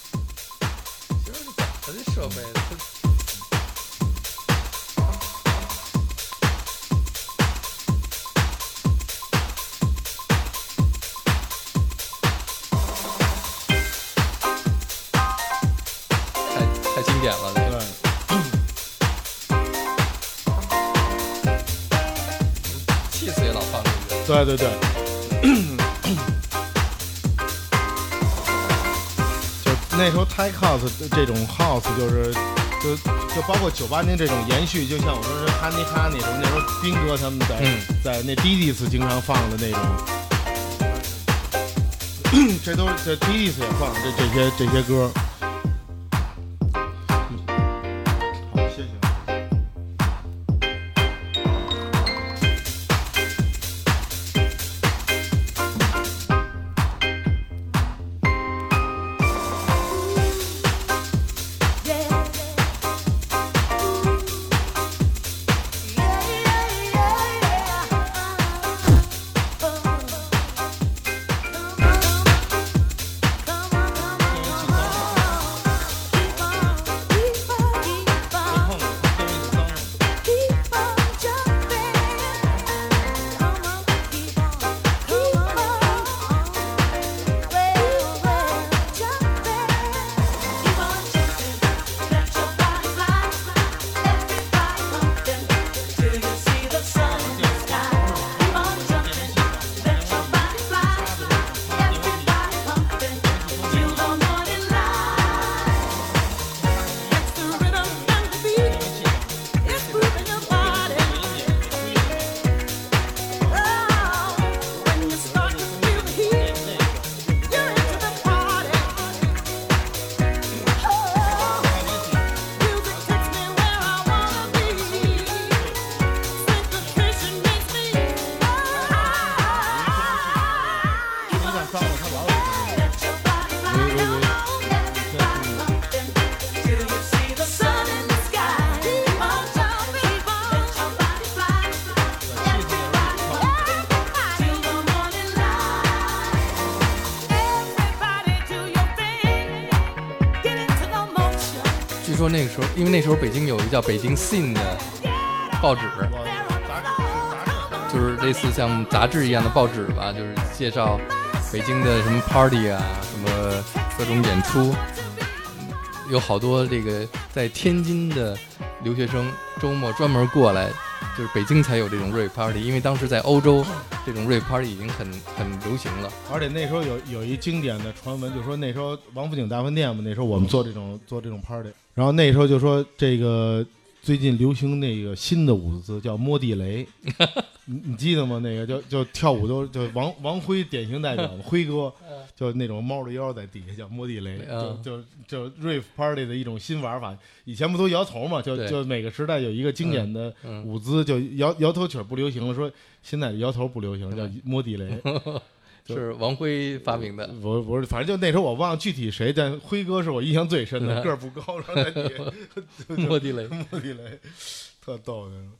其实咋的这设备？它太太经典了，这个
对。
气死也老放这个。
对对对，就那时候 tech house 这种 house 就是就就包括九八年这种延续，就像我说是 Honey Honey 什么，那时候斌哥他们在、
嗯
在那 d d s 经常放的那种，这都是这 d d s 也放这这些这些歌。好，谢谢。
Oh, Keep
碰了跟我一起脏了
on jumping, come on, keep on, keep on. Well, well, jumping, keep on jumping. Let your body fly, everybody pumping till you see the sun in the sky. Keep on jumping, let your body fly, everybody pumping till the morning light. That's the rhythm and the beat. It's moving your body. Oh, when you start to feel the heat. You're into the party. Oh, music takes me where I wanna be. Syncopation makes me high.
你敢脏了，他老有。
Let your body fly, come on, everybody pumping till you see the sun in the sky. Keep on jumping, keep on. Let your body fly, everybody pumping till the morning light. Everybody do your thing. Get into the motion.
据说那个时候，因为那时候北京有一个叫北京 Scene 的报纸，就是类似像杂志一样的报纸吧，就是介绍北京的什么 party 啊，什么各种演出，有好多这个在天津的留学生周末专门过来，就是北京才有这种 rave party，因为当时在欧洲这种 rave party 已经很很流行了。
而且那时候有有一经典的传闻，就说那时候王府井大饭店嘛，那时候我们做这种做这种 party，然后那时候就说这个最近流行那个新的舞姿叫摸
*laughs*
地雷，你你记得吗？那个叫叫跳舞都就王王辉典型代表嘛，辉
*laughs*
哥
嗯
就那种猫着腰在底下叫摸地雷，
啊
就就就 rave party 的一种新玩法。以前不都摇头嘛，就
对
就每个时代有一个经典的
嗯
舞姿，就摇摇头曲儿不流行了，说现在摇头不流
嗯
行，叫摸地雷。就是
王辉发明的，
我我反正就那时候我忘了具体谁，但辉哥是我印象最深
*laughs*
的，个儿不高，然后在底下就就
莫地
*laughs*
雷。
莫地雷，特逗那种。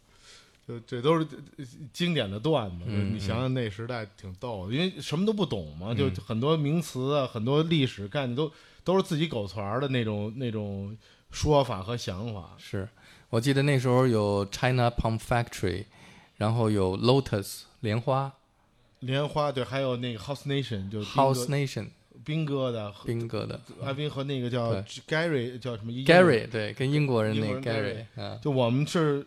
就这都是呃经典的段子，
嗯嗯
就是你想想那时代挺逗的，因为什么都不懂嘛，就很多名词啊，很多历史概念都都是自己狗团儿的那种那种说法和想法。
是我记得那时候有 China Pump Factory，然后有 Lotus 莲花
莲花对，还有那个 House Nation，就是斌哥
，House Nation
斌哥的
兵哥的
阿斌和那个叫
对
Gary 叫什么英文
Gary，对，跟英国人
英
那
国
个
人
Gary
嗯
啊，
就我们是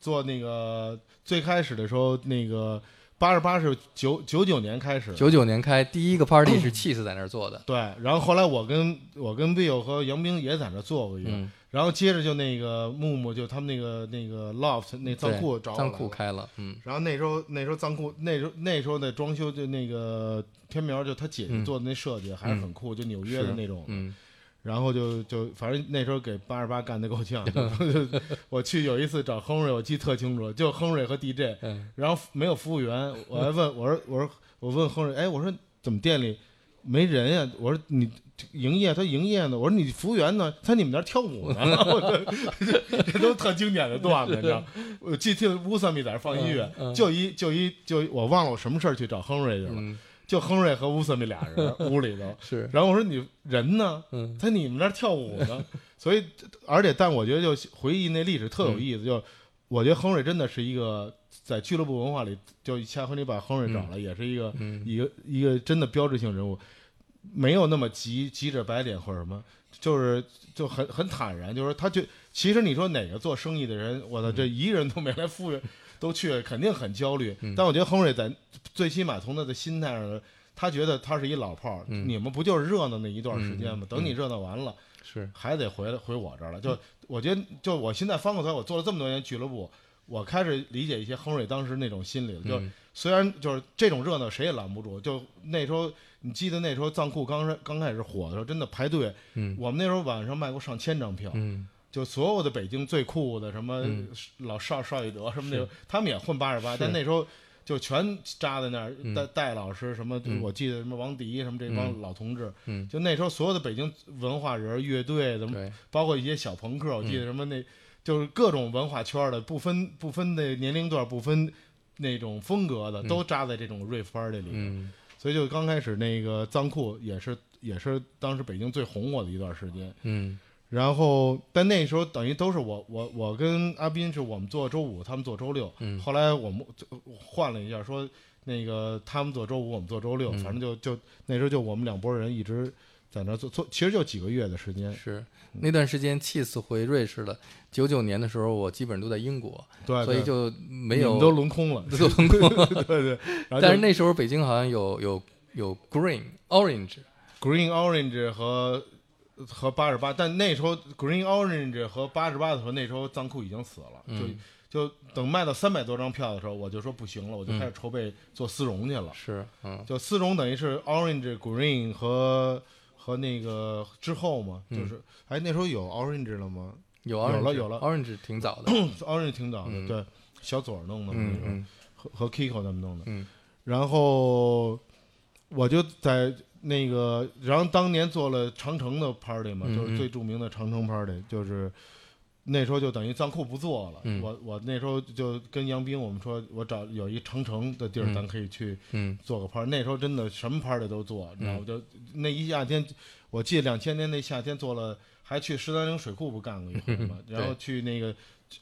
做那个最开始的时候，那个八十八是九九九年开始，
九九年开第一个 party 是 Cheese 在那儿做的，
对，然后后来我跟我跟 Bill 和杨冰也在那儿做过一个，
嗯，
然后接着就那个木木就他们那个那个 loft 那
嗯对
仓库找我
仓
来
库
了
开了，嗯
然后那时候那时候仓库那时候那时候的装修就那个天苗就他姐姐
嗯
做的那设计还是很酷，就纽约的
是
那种，
嗯，
然后就就反正那时候给八十八干的够呛，
*laughs*
就就我去有一次找亨瑞，我记得特清楚，就亨瑞和 DJ，
嗯
然后没有服务员，我还问我说我说我问亨瑞，哎，我说怎么店里没人呀、我说你营业，他营业呢。我说你服务员呢？他说你们那儿跳舞呢。 *laughs* 我说这都特经典的段子，你知道？我记得乌萨米在那儿放音乐，
嗯嗯
就一就一就一我忘了我什么事儿去找亨瑞去了，
嗯
就亨瑞和乌萨米俩人屋里头。
是，
然后我说你人呢？
嗯
在你们那儿跳舞
*laughs*
呢，所以而且但我觉得就回忆那历史特有意
嗯
思，就我觉得亨瑞真的是一个在俱乐部文化里，就下回你把亨瑞找来，也是一个、
嗯
一个一个真的标志性人物，没有那么急急着白脸或者什么，就是就很很坦然，就是他就其实你说哪个做生意的人，我操，这一个人都没来服务员都去，肯定很焦虑。
嗯
但我觉得亨瑞在最起码从他的心态上，他觉得他是一老炮儿，
嗯
你们不就是热闹那一段时间吗？
嗯
等你热闹完了，
是，
还得回来回我这儿了。就我觉得，就我现在翻过头来，我做了这么多年俱乐部，我开始理解一些亨瑞当时那种心理了。就
嗯
虽然就是这种热闹谁也拦不住，就那时候你记得那时候藏库刚开刚开始火的时候，真的排队，
嗯
我们那时候晚上卖过上千张票，
嗯
就所有的北京最酷的什么
嗯
老邵邵逸德什么那种，他们也混八十八，
是
但那时候就全扎在那儿
嗯，
戴戴老师什么
嗯，
我记得什么王迪什么这
嗯
帮老同志，
嗯，
就那时候所有的北京文化人、乐队怎么
对，
包括一些小朋
嗯
克，我记得什么那，就是各种文化圈的，不分不分那年龄段，不分那种风格的，
嗯
都扎在这种 rave party 里。
嗯
所以就刚开始那个脏库也是也是当时北京最红火的一段时间。
嗯
然后，但那时候等于都是我我我跟阿斌是我们做周五，他们做周六。
嗯
后来我们就换了一下，说那个他们做周五，我们做周六，
嗯
反正就就那时候就我们两拨人一直在那做做，其实就几个月的时间。
是。那段时间 Cheese 回瑞士了，九九年的时候我基本上都在英国，
对，
所以
啊对
就没
你
有
们都轮空了。
*laughs* 都轮空
*laughs* 对对，然后
但是
就
那时候北京好像有有有 green orange，
Green Orange 和和八十八，但那时候 Green Orange 和八十八的时候，那时候藏库已经死了，
嗯
就就等卖到三百多张票的时候，我就说不行了，我就
嗯
开始筹备做丝绒去了。
是，嗯
就丝绒等于是 Orange、Green 和和那个之后嘛，
嗯
就是哎那时候有 Orange 了吗
有
了
orange
有了
orange 挺早的，嗯
？Orange 挺早的，
嗯
对，小左儿弄的那
嗯
个。
嗯
和和 Kiko 他们弄的。
嗯
然后我就在那个，然后当年做了长城的 party 嘛，
嗯
就是最著名的长城 party，就是那时候就等于藏库不做了。
嗯
我我那时候就跟杨斌我们说，我找有一长城的地儿，
嗯
咱可以去
嗯
做个 party。那时候真的什么 party 都做，你知道吗？就那一夏天，我记得两千年那夏天做了，还去十三陵水库不干过一回
*laughs*
嘛，
对
然后去那个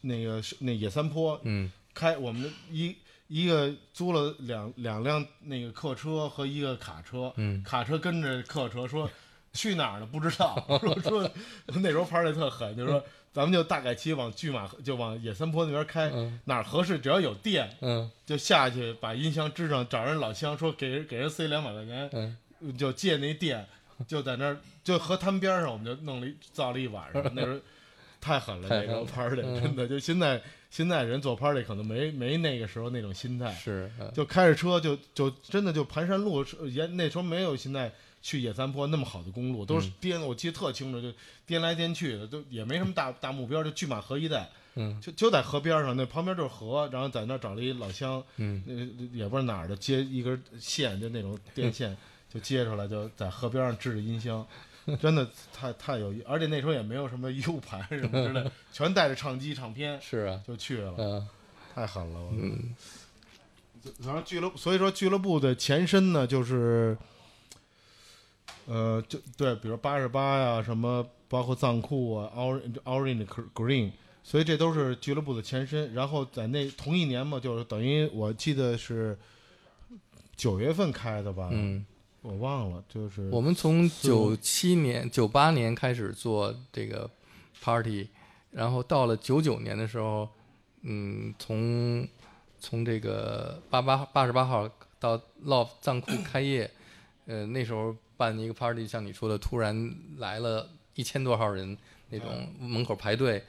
那个那野三坡
嗯
开我们一一个租了两两辆那个客车和一个卡车，
嗯
卡车跟着客车说去哪儿呢？不知道， *laughs* 说说那时候牌的特狠，就
嗯
说咱们就大概骑往巨马就往野三坡那边开，
嗯
哪儿合适只要有电
嗯
就下去把音箱支上，找人老乡说给人给人塞两百块钱，
嗯
就借那电，就在那儿就和他们边上，我们就弄了一造了一晚上。那时候太狠了，
太
这个
狠了
party
嗯
真的就现在现在人做 party 可能没没那个时候那种心态，
是，嗯
就开着车就就真的就盘山路是沿那时候没有现在去野三坡那么好的公路，都
嗯
是颠，我记得特清楚，就颠来颠去的，都也没什么大大目标，就巨满河一带，
嗯
就就在河边上，那旁边就是河，然后在那儿找了一老乡，
嗯
那也不知道哪儿的接一根线，就那种电线就接出来，就在河边上支着音箱。真的太太有意，而且那时候也没有什么 U 盘什么之类的，全带着唱机、唱片
是啊，
就去了。
嗯
太狠了，我觉得
嗯
然后俱乐部，所以说俱乐部的前身呢，就是，呃，就对，比如八十八呀，什么包括藏库啊，Orange Orange Green，所以这都是俱乐部的前身。然后在那同一年嘛，就是等于我记得是九月份开的吧，
嗯，
我忘了，就是
我们从
四五
九七年、九八年开始做这个 party，然后到了九九年的时候，嗯，从从这个八八八十八号到 Love 藏库开业，呃，那时候办一个 party，像你说的，突然来了一千多号人那种，门口排队，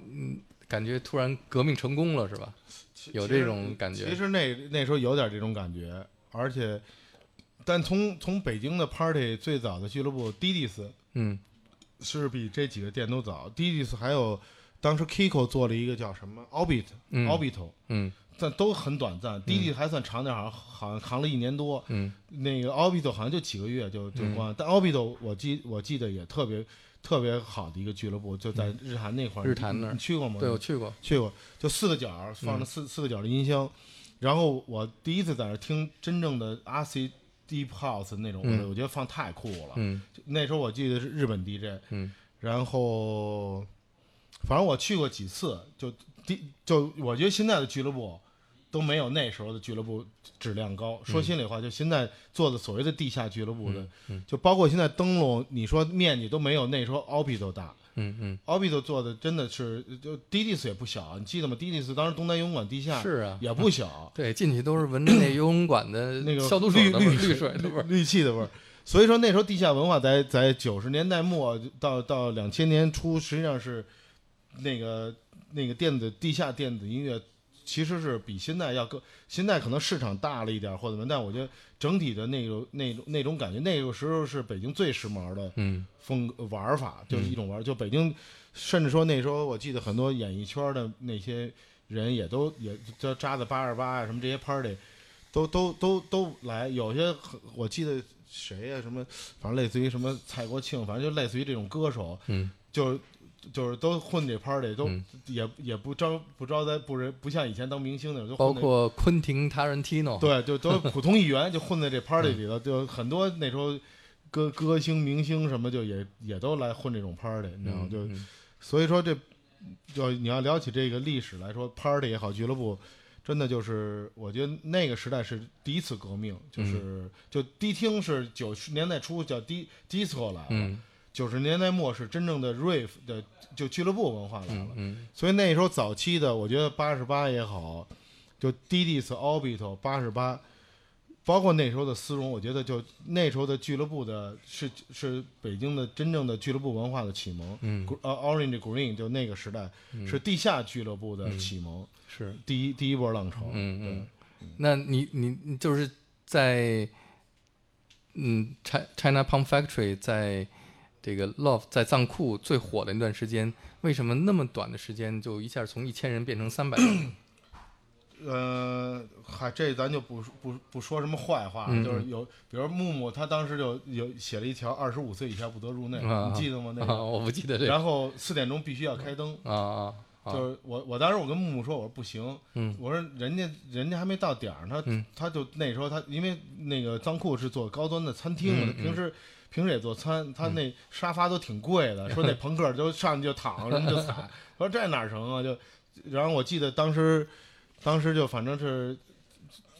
嗯，感觉突然革命成功了，是吧？
其
有
其实
这种感觉
其实那那时候有点这种感觉，而且，但从从北京的 party 最早的俱乐部 d i d i s
嗯
是比这几个店都早。d i d i s 还有当时 Kiko 做了一个叫什么 Orbit、
嗯
Orbital，
嗯
但都很短暂。d i d i s 还算长点，好像好像扛了一年多。
嗯
那个 Orbital 好像就几个月就就关了，但 Orbital 我记我记得也特别特别好的一个俱乐部，就在日坛那块
嗯
儿。
日坛那儿
你你去过吗？
对我去过，
去过，就四个角儿
嗯
放着四、四个角儿的音箱，然后我第一次在那儿听真正的 RC Deep House 那种，
嗯
我我觉得放太酷了。
嗯
就那时候我记得是日本 DJ，
嗯
然后反正我去过几次，就第就我觉得现在的俱乐部都没有那时候的俱乐部质量
嗯
高。说心里话，就现在做的所谓的地下俱乐部的，
嗯
就包括现在灯笼，你说面积都没有那时候 o b i 都大。
嗯嗯，
Obito 做的真的是，就 d d i s 也不小，你记得吗 d d i s 当时东南游泳馆地下
是啊。
也
*laughs*
不小，
对，进去都是闻着那游泳馆的
嗯那个
消毒
绿
水的味儿绿水
*laughs*
的味儿。
氯气的味儿。所以说那时候地下文化在在九十年代末到到两千年初，实际上是那个那个电子地下电子音乐，其实是比现在要更，现在可能市场大了一点儿或者什么，但我觉得整体的那种那种那种感觉，那个时候是北京最时髦的
*laughs* 嗯
风格玩儿法，就是一种玩儿。就北京，甚至说那时候我记得很多演艺圈儿的那些人也都也就扎的八二八啊什么这些 party，都都都都来。有些很我记得谁啊呀、什么，反正类似于什么蔡国庆，反正就类似于这种歌手，
嗯
就是就是都混这 party，都、
嗯
也也不招不招待不人，不像以前当明星那种，都
包
混那
括昆汀·塔伦蒂诺，，
*laughs* 对，就都是普通议员，就混在
*laughs*
这 party
嗯
里头，就很多那时候歌歌星、明星什么，就也也都来混这种 party，你知道吗？
嗯
就
嗯
所以说这，就你要聊起这个历史来说，party 也好，俱乐部，真的就是我觉得那个时代是第一次革命，
嗯
就是、就迪厅是九十年代初叫迪 disco 来了，啊
嗯
九十、年代末是真正的 rave 的就俱乐部文化来了。
嗯嗯
所以那时候早期的，我觉得八十八也好，就 d d s Orbital 八十八，包括那时候的丝绒，我觉得就那时候的俱乐部的是是北京的真正的俱乐部文化的启蒙。
嗯，
呃，Orange Green 就那个时代
嗯
是地下俱乐部的启蒙，
是，
第一第一波浪潮。
嗯嗯。那你你你就是在嗯，Chi-，China Pump Factory 在这个 Love 在藏库最火的那段时间，为什么那么短的时间就一下从一千人变成三百人？
对，呃，嗨，这咱就不不不说什么坏话，
嗯
就是有，比如木木他当时就有写了一条二十五岁以下不得入内，
啊
你记得吗？那
啊，
个，
我不记得这个
然后四点钟必须要开灯。
啊啊啊，
就是我，我当时我跟木木说，我说不行，
嗯
我说人家人家还没到点儿，他、
嗯
他就那时候他因为那个仓库是做高端的餐厅嘛，
嗯
他平时平时也做餐，他那沙发都挺贵
*laughs*
的，说那朋克就上去就躺，什么就踩，我说这哪儿成啊？就，然后我记得当时当时就反正是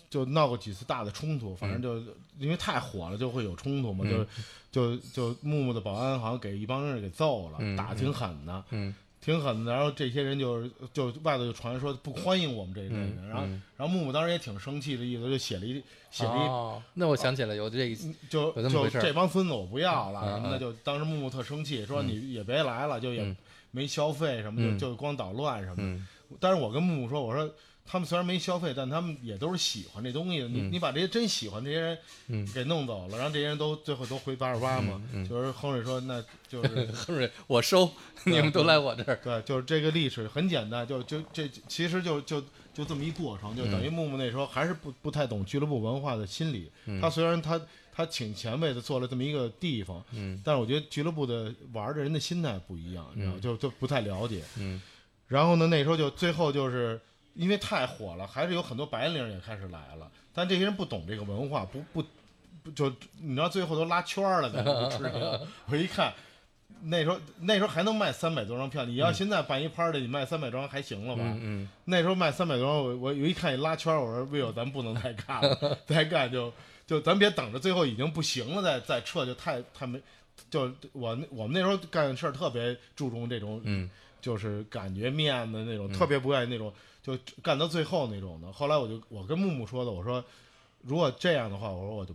就闹过几次大的冲突，反正就、因为太火了就会有冲突嘛，
嗯
就就就木木的保安好像给一帮人给揍了，
嗯
打挺狠的。
嗯
挺狠的，然后这些人就是就外头就传说不欢迎我们这一类人，
嗯
然后
嗯
然后木木当时也挺生气的意思，就写了一写了一、
哦，那
啊
我想起来有这一
就
有这么
就
回事儿
这帮孙子我不要了
嗯
什么的，
嗯
就当时木木特生气，说你也别来了，就也
嗯
没消费什么的，
嗯
就光捣乱什么的。
嗯
但是我跟木木说，我说他们虽然没消费，但他们也都是喜欢这东西。你
嗯
你把这些真喜欢这些人
嗯，
给弄走了，然后这些人都最后都回八十八嘛。
嗯嗯
就是亨瑞说，那
*laughs*
就是
是不是？我收，你们都来我这儿。
对，就是这个历史很简单，就就这其实就就就这么一过程，就等于木木那时候还是不不太懂俱乐部文化的心理。
嗯
他虽然他他请前辈的做了这么一个地方，
嗯
但是我觉得俱乐部的玩儿的人的心态不一样，你知道吗，
嗯
就就不太了解。
嗯
然后呢，那时候就最后就是因为太火了，还是有很多白领也开始来了，但这些人不懂这个文化，不不不就你知道最后都拉圈儿了，在那不吃这
*laughs*
个我一看。那时候那时候还能卖三百多张票，你要现在办一 party，你卖三百张还行了吧？
嗯
那时候卖三百多张，我我一看一拉圈儿，我说 Will，咱不能再
*laughs*
干了，再干就就咱别等着最后已经不行了再再撤，就太太没就我那我们那时候干事儿特别注重这种
嗯
就是感觉面子那种，特别不愿意那种，就干到最后那种的。后来我就我跟木木说的，我说如果这样的话，我说我就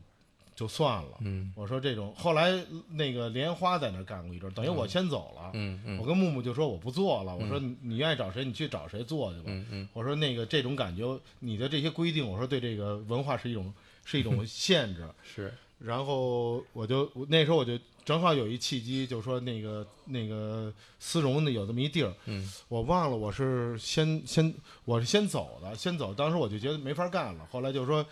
就算了。
嗯
我说这种，后来那个莲花在那儿干过一阵儿，等于我先走了。
嗯嗯
我跟木木就说我不做了，我说你你愿意找谁，你去找谁做去吧。
嗯嗯
我说那个这种感觉，你的这些规定，我说对这个文化是一种是
*laughs*
一种限制。
是
然后我就我那时候我就正好有一契机，就说那个那个丝绒的有这么一地儿，
嗯
我忘了我是先先我是先走的，先走，当时我就觉得没法干了，后来就说。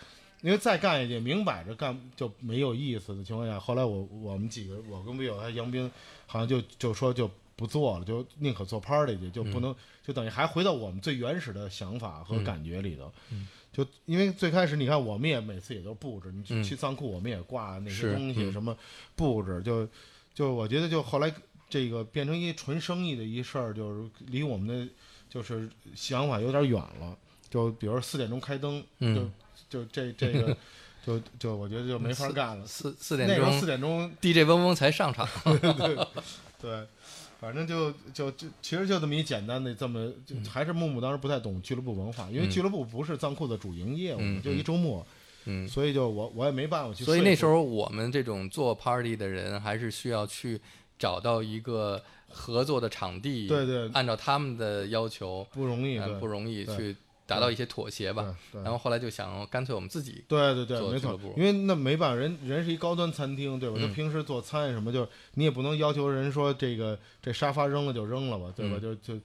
因为再干下去，明摆着干就没有意思的情况下，后来我我们几个，我跟魏友还有杨斌，好像就就说就不做了，就宁可做 party 去，就
嗯
不能、就等于还回到我们最原始的想法和感觉里头。
嗯
就因为最开始你看，我们也每次也都布置，你去
嗯
去仓库，我们也挂那些
是
东西，
嗯
什么布置，就就我觉得就后来这个变成一纯生意的一事儿，就是离我们的就是想法有点远了。就比如四点钟开灯，
嗯，
就就这这
*laughs*
个，就就我觉得就没法干了。
四四
那
点
时候
钟
四点钟， *laughs*
DJ 嗡嗡才上场。
对，反正就就就其实就这么一简单的这么，就还是木木当时不太懂俱乐部文化，因为
嗯
俱乐部不是仓库的主营业务，
嗯
就一周末。
*laughs* 嗯，
所以就我我也没办法去说服。
所以那时候我们这种做 party 的人，还是需要去找到一个合作的场地，
对对
按照他们的要求，
不容易，
嗯，
对
不容易
对
去达到一些妥协吧。
对
然后后来就想，哦干脆我们自己，
对对对，
做
没
俱乐
错
部，
因为那没办法，人人是一高端餐厅，对吧？他
嗯
平时做餐什么，就是你也不能要求人说这个这沙发扔了就扔了吧，对吧？
嗯
就就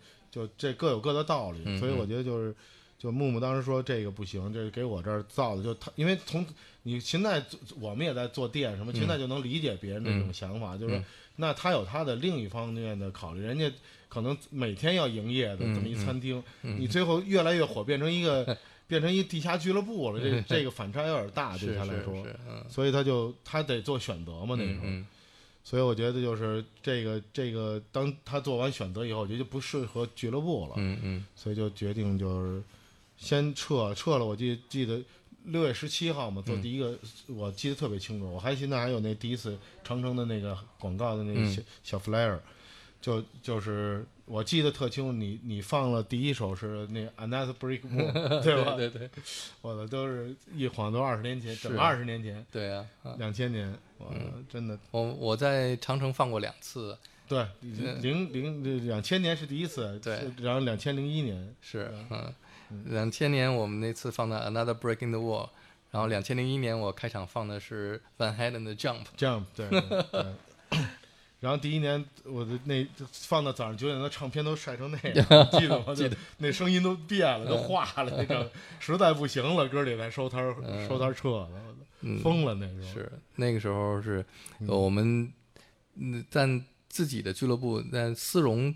就这各有各的道理，
嗯
所以
嗯
我觉得就是。就木木当时说这个不行，这给我这儿造的，就他因为从你现在做我们也在做店什么，现在就能理解别人的这种想法，就是说
嗯
那他有他的另一方面的考虑，人家可能每天要营业的
嗯
这么一
嗯
餐厅，
嗯
你最后越来越火，变成一
*laughs*
个变成一地下俱乐部了，这这个反差有点大
是
对
是
他来说，
是，嗯，
所以他就他得做选择嘛那时
嗯
候，
嗯
所以我觉得就是这个这个，当他做完选择以后，我觉得就不适合俱乐部了，
嗯嗯
所以就决定就是先撤撤了。我记记得六月十七号嘛，做
嗯
第一个，我记得特别清楚，我还现在还有那第一次长城的那个广告的那个
嗯
小、小 flyer，就就是我记得特清楚，你你放了第一首是那 Another Brick
*laughs*
Wall，对吧？
对对对
我的都是一晃都二十年前，
是嗯
整个二十年前，
对啊！啊
两千年，我的真的
我我在长城放过两次，
对零零两千年是第一次，
嗯对
是，然后两千零一年，
是，嗯，两千年我们那次放的 Another Breaking the Wall，然后两千零一年我开场放的是 Van Halen 的 Jump，
这样对。对对 *coughs* 然后第一年，我的那就放到早上九点的唱片都晒成那样，记得吗？记得那声音都变了，都化了，那个实在不行了，哥几个收摊儿
嗯
收摊儿撤了，我都
嗯，
疯了那时候。
是那个时候是、
嗯
呃我们嗯但自己的俱乐部，但丝绒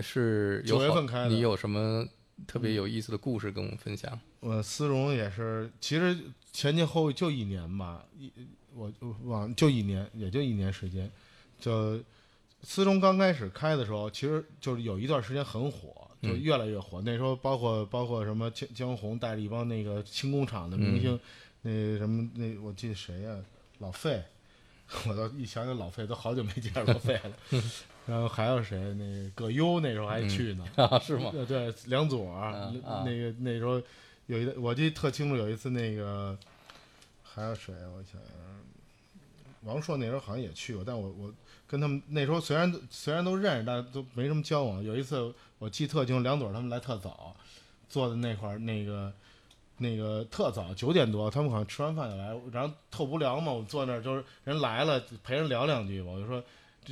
是有
九月
好
份开的嗯
你有什么特别有意思的故事跟我们分
*laughs*
享？
我呃丝绒也是，其实前前后后就一年吧，一我我往就一年，也就一年时间。就丝绒刚开始开的时候，其实就是有一段时间很火，就
嗯
越来越火。那时候包括包括什么江江红带着一帮那个轻工厂的明星，那什么那我记得谁呀、老费， *laughs* 我都一想想老费，都好久没见着老费了。然后还有谁？那葛优那时候还去呢。
啊，是吗？
对对，梁左、
嗯
那
啊
那个那时候有一，我记得特清楚，有一次那个还有谁啊？我想想，王朔那时候好像也去过，但我我跟他们那时候虽然虽然都认识，但都没什么交往。有一次我记特清，梁朵他们来特早，坐在那块儿那个那个特早九点多，他们好像吃完饭就来，然后特无聊嘛，我坐那儿就是人来了陪人聊两句吧，我就说。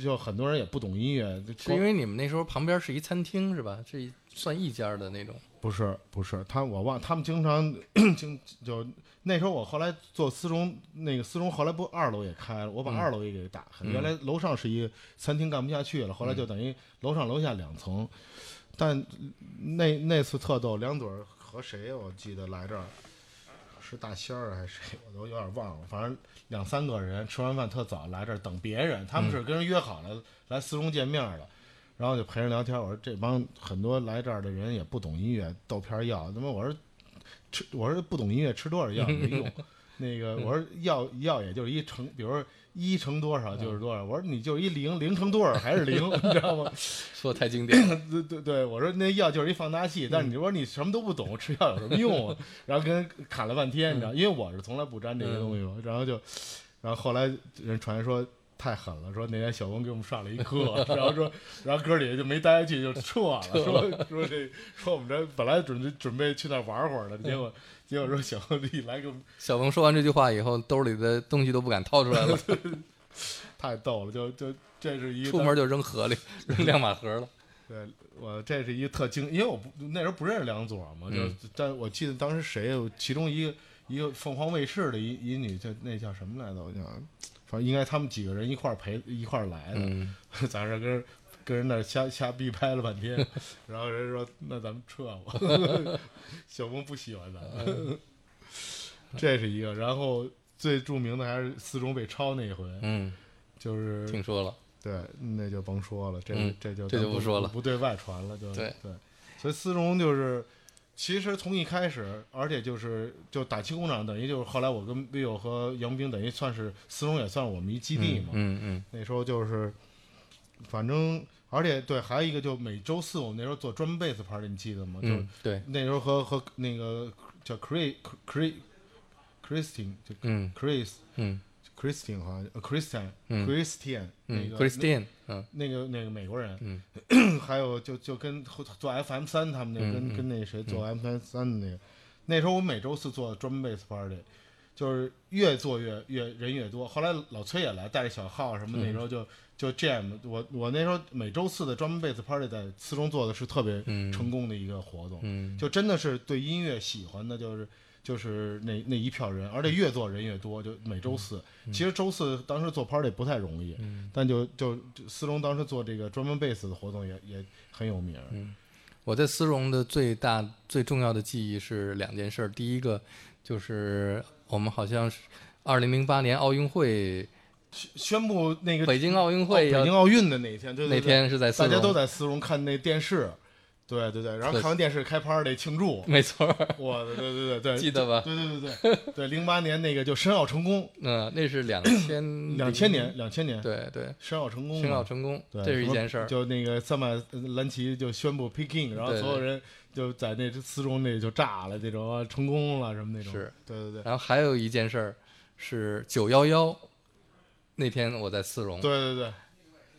就很多人也不懂音乐，就是
因为你们那时候旁边是一餐厅是吧？是一算一家的那种。
不是不是，他我忘，他们经常 *clears throat* 经就那时候我后来做四中那个四中后来不二楼也开了，我把
嗯
二楼也给打开了，
嗯
原来楼上是一个餐厅干不下去了，后来就等于楼上楼下两层，但那那次特逗，梁朵儿和谁我记得来这儿。是大仙儿还是谁，我都有点忘了。反正两三个人吃完饭特早来这儿等别人，
嗯
他们是跟人约好了、来四中见面儿的，然后就陪人聊天。我说这帮很多来这儿的人也不懂音乐，豆片儿药。他妈我说吃，我说不懂音乐吃多少药没用。那个我说药药也就是一乘，比如说一乘多少就是多少。我说你就是一零，零乘多少还是零，你知道吗？
说的太经典
*laughs*
了，
对对对，我说那药就是一放大器，但是你说你什么都不懂，吃药有什么用啊？ *laughs* 然后跟人侃了半天，你知道，因为我是从来不沾这些东西嘛，然后就，然后后来人传说。太狠了！说那天小文给我们上了一课，然后说，然后哥几个就没待下去，就撤了。说说这说我们这本来准备准备去那儿玩会儿的，结果结果说小文一来给我们
小鹏说完这句话以后，兜里的东西都不敢掏出来了，
太逗了，就就这是一个
出门就扔河里，扔两马盒了。
对我这是一个特惊，因为我不那时候不认识梁左嘛，就、
嗯
但我记得当时谁，我其中一个一个凤凰卫视的一一女叫那叫什么来着？我想，反正应该他们几个人一块儿陪一块儿来的，
嗯，
*laughs* 咱这跟人跟人那儿瞎瞎逼拍了半
*laughs*
天，然后人说那咱们撤吧，小峰不喜欢咱们，这是一个。然后最著名的还是四中被抄那一回，
嗯，
就是
听说了。
对，那就甭说了，这、
嗯
这就
这就不说了
不对外传了，就
对
所以思荣就是，其实从一开始，而且就是就打气工厂，等于就是后来我跟 vivo 和杨冰等于算是思荣也算我们一基地嘛，
嗯嗯
那时候就是，反正而且对，还有一个就每周四我们那时候做专门贝斯 party，你记得吗？就是
嗯，对，
那时候和和那个叫 Chris Chris Christine 就
嗯
Chris
嗯
Christine 好像呃 Christian
嗯
Christian 那
嗯
个
，Christine，嗯
那个那个美国人，
嗯
*clears throat* 还有就就跟后做 FM 三他们那个
嗯
跟、
嗯
跟那谁做 FM 三的那个，那时候我每周四做 drum bass party，就是越做越越人越多。后来老崔也来，带着小号什么，那时候就、
嗯
就 jam 我。我那时候每周四的 drum bass party 在四中做的是特别
嗯
成功的一个活动，
嗯，
就真的是对音乐喜欢的，就是就是那那一票人，而
嗯
且越做人越多，就每周四。其实周四当时做 party 不太容易，但就就就思龙当时做这个专门 bass 的活动也也很有名儿。
嗯我在丝绒的最大最重要的记忆是两件事儿，第一个就是我们好像是二零零八年奥运会，
宣宣布那个
北京奥运
奥
会
哦北
要
京奥运的那一天，对对
那
对，
天是在丝
大
绒，
家都在思龙看那电视，对对对，然后
对，
看完电视开 party 庆祝 *laughs*
没错儿，
我的对对对对，
记得吧？
对对对对对，零八年那个就申奥成功，
嗯，那是两千
两千年两千年
嗯对对，
申奥成功嘛，
申奥成功，
对，
这是
什
一
么
件事儿。
就那个三马呃蓝旗就宣布 picking，然后
对
所有人就在那四中那就炸了，这种啊成功了什么那种。
是，
对对对，
然后还有一件事儿是九幺幺那天我在丝绒，
对对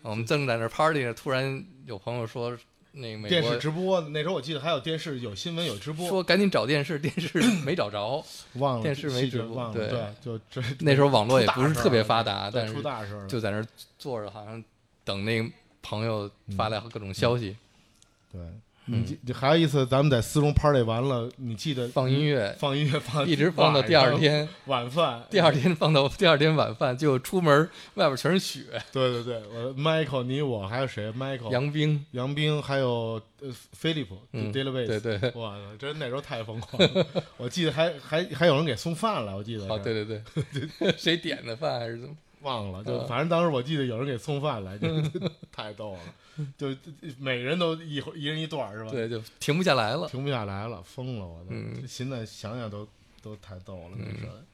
我们正在那儿 party 呢，突然有朋友说那个
对，
美
电视
国
直播那时候我记得还有电视有新闻有直播，
说赶紧找电视，电
*clears throat*
视没找着。
忘了
电视没
细节
直播
忘了
对
对，就这
*laughs* 那时候网络也
出大
不是
事儿
特别
了
发达，
对
但是
出大事儿了。
就在那儿坐着，好像等那个朋友发来各种消息，
对，
嗯
你记还有一次咱们在四中 party 完了，你记得
放音乐，
放音乐放
一直放到第二天，
嗯
*laughs*
晚饭，
第二天放到第二天晚饭，就出门外边全是雪，
对对对，我 Michael 你我还有谁 Michael
杨冰，
杨冰，还有呃菲利普
嗯，
d e l a w a y
对对，
哇，真那时候太疯狂了！我记得还还还有人给送饭来，我记得是
哦，对对对， *laughs* 谁点的饭还是怎么？
忘了，
嗯
就反正当时我记得有人给送饭来，就 *laughs* 太逗了，就每人都一会一人一段儿是吧？，
对，就停不下来了。
停不下来了，疯了我都！
嗯
现在想想都都太逗了，那事儿。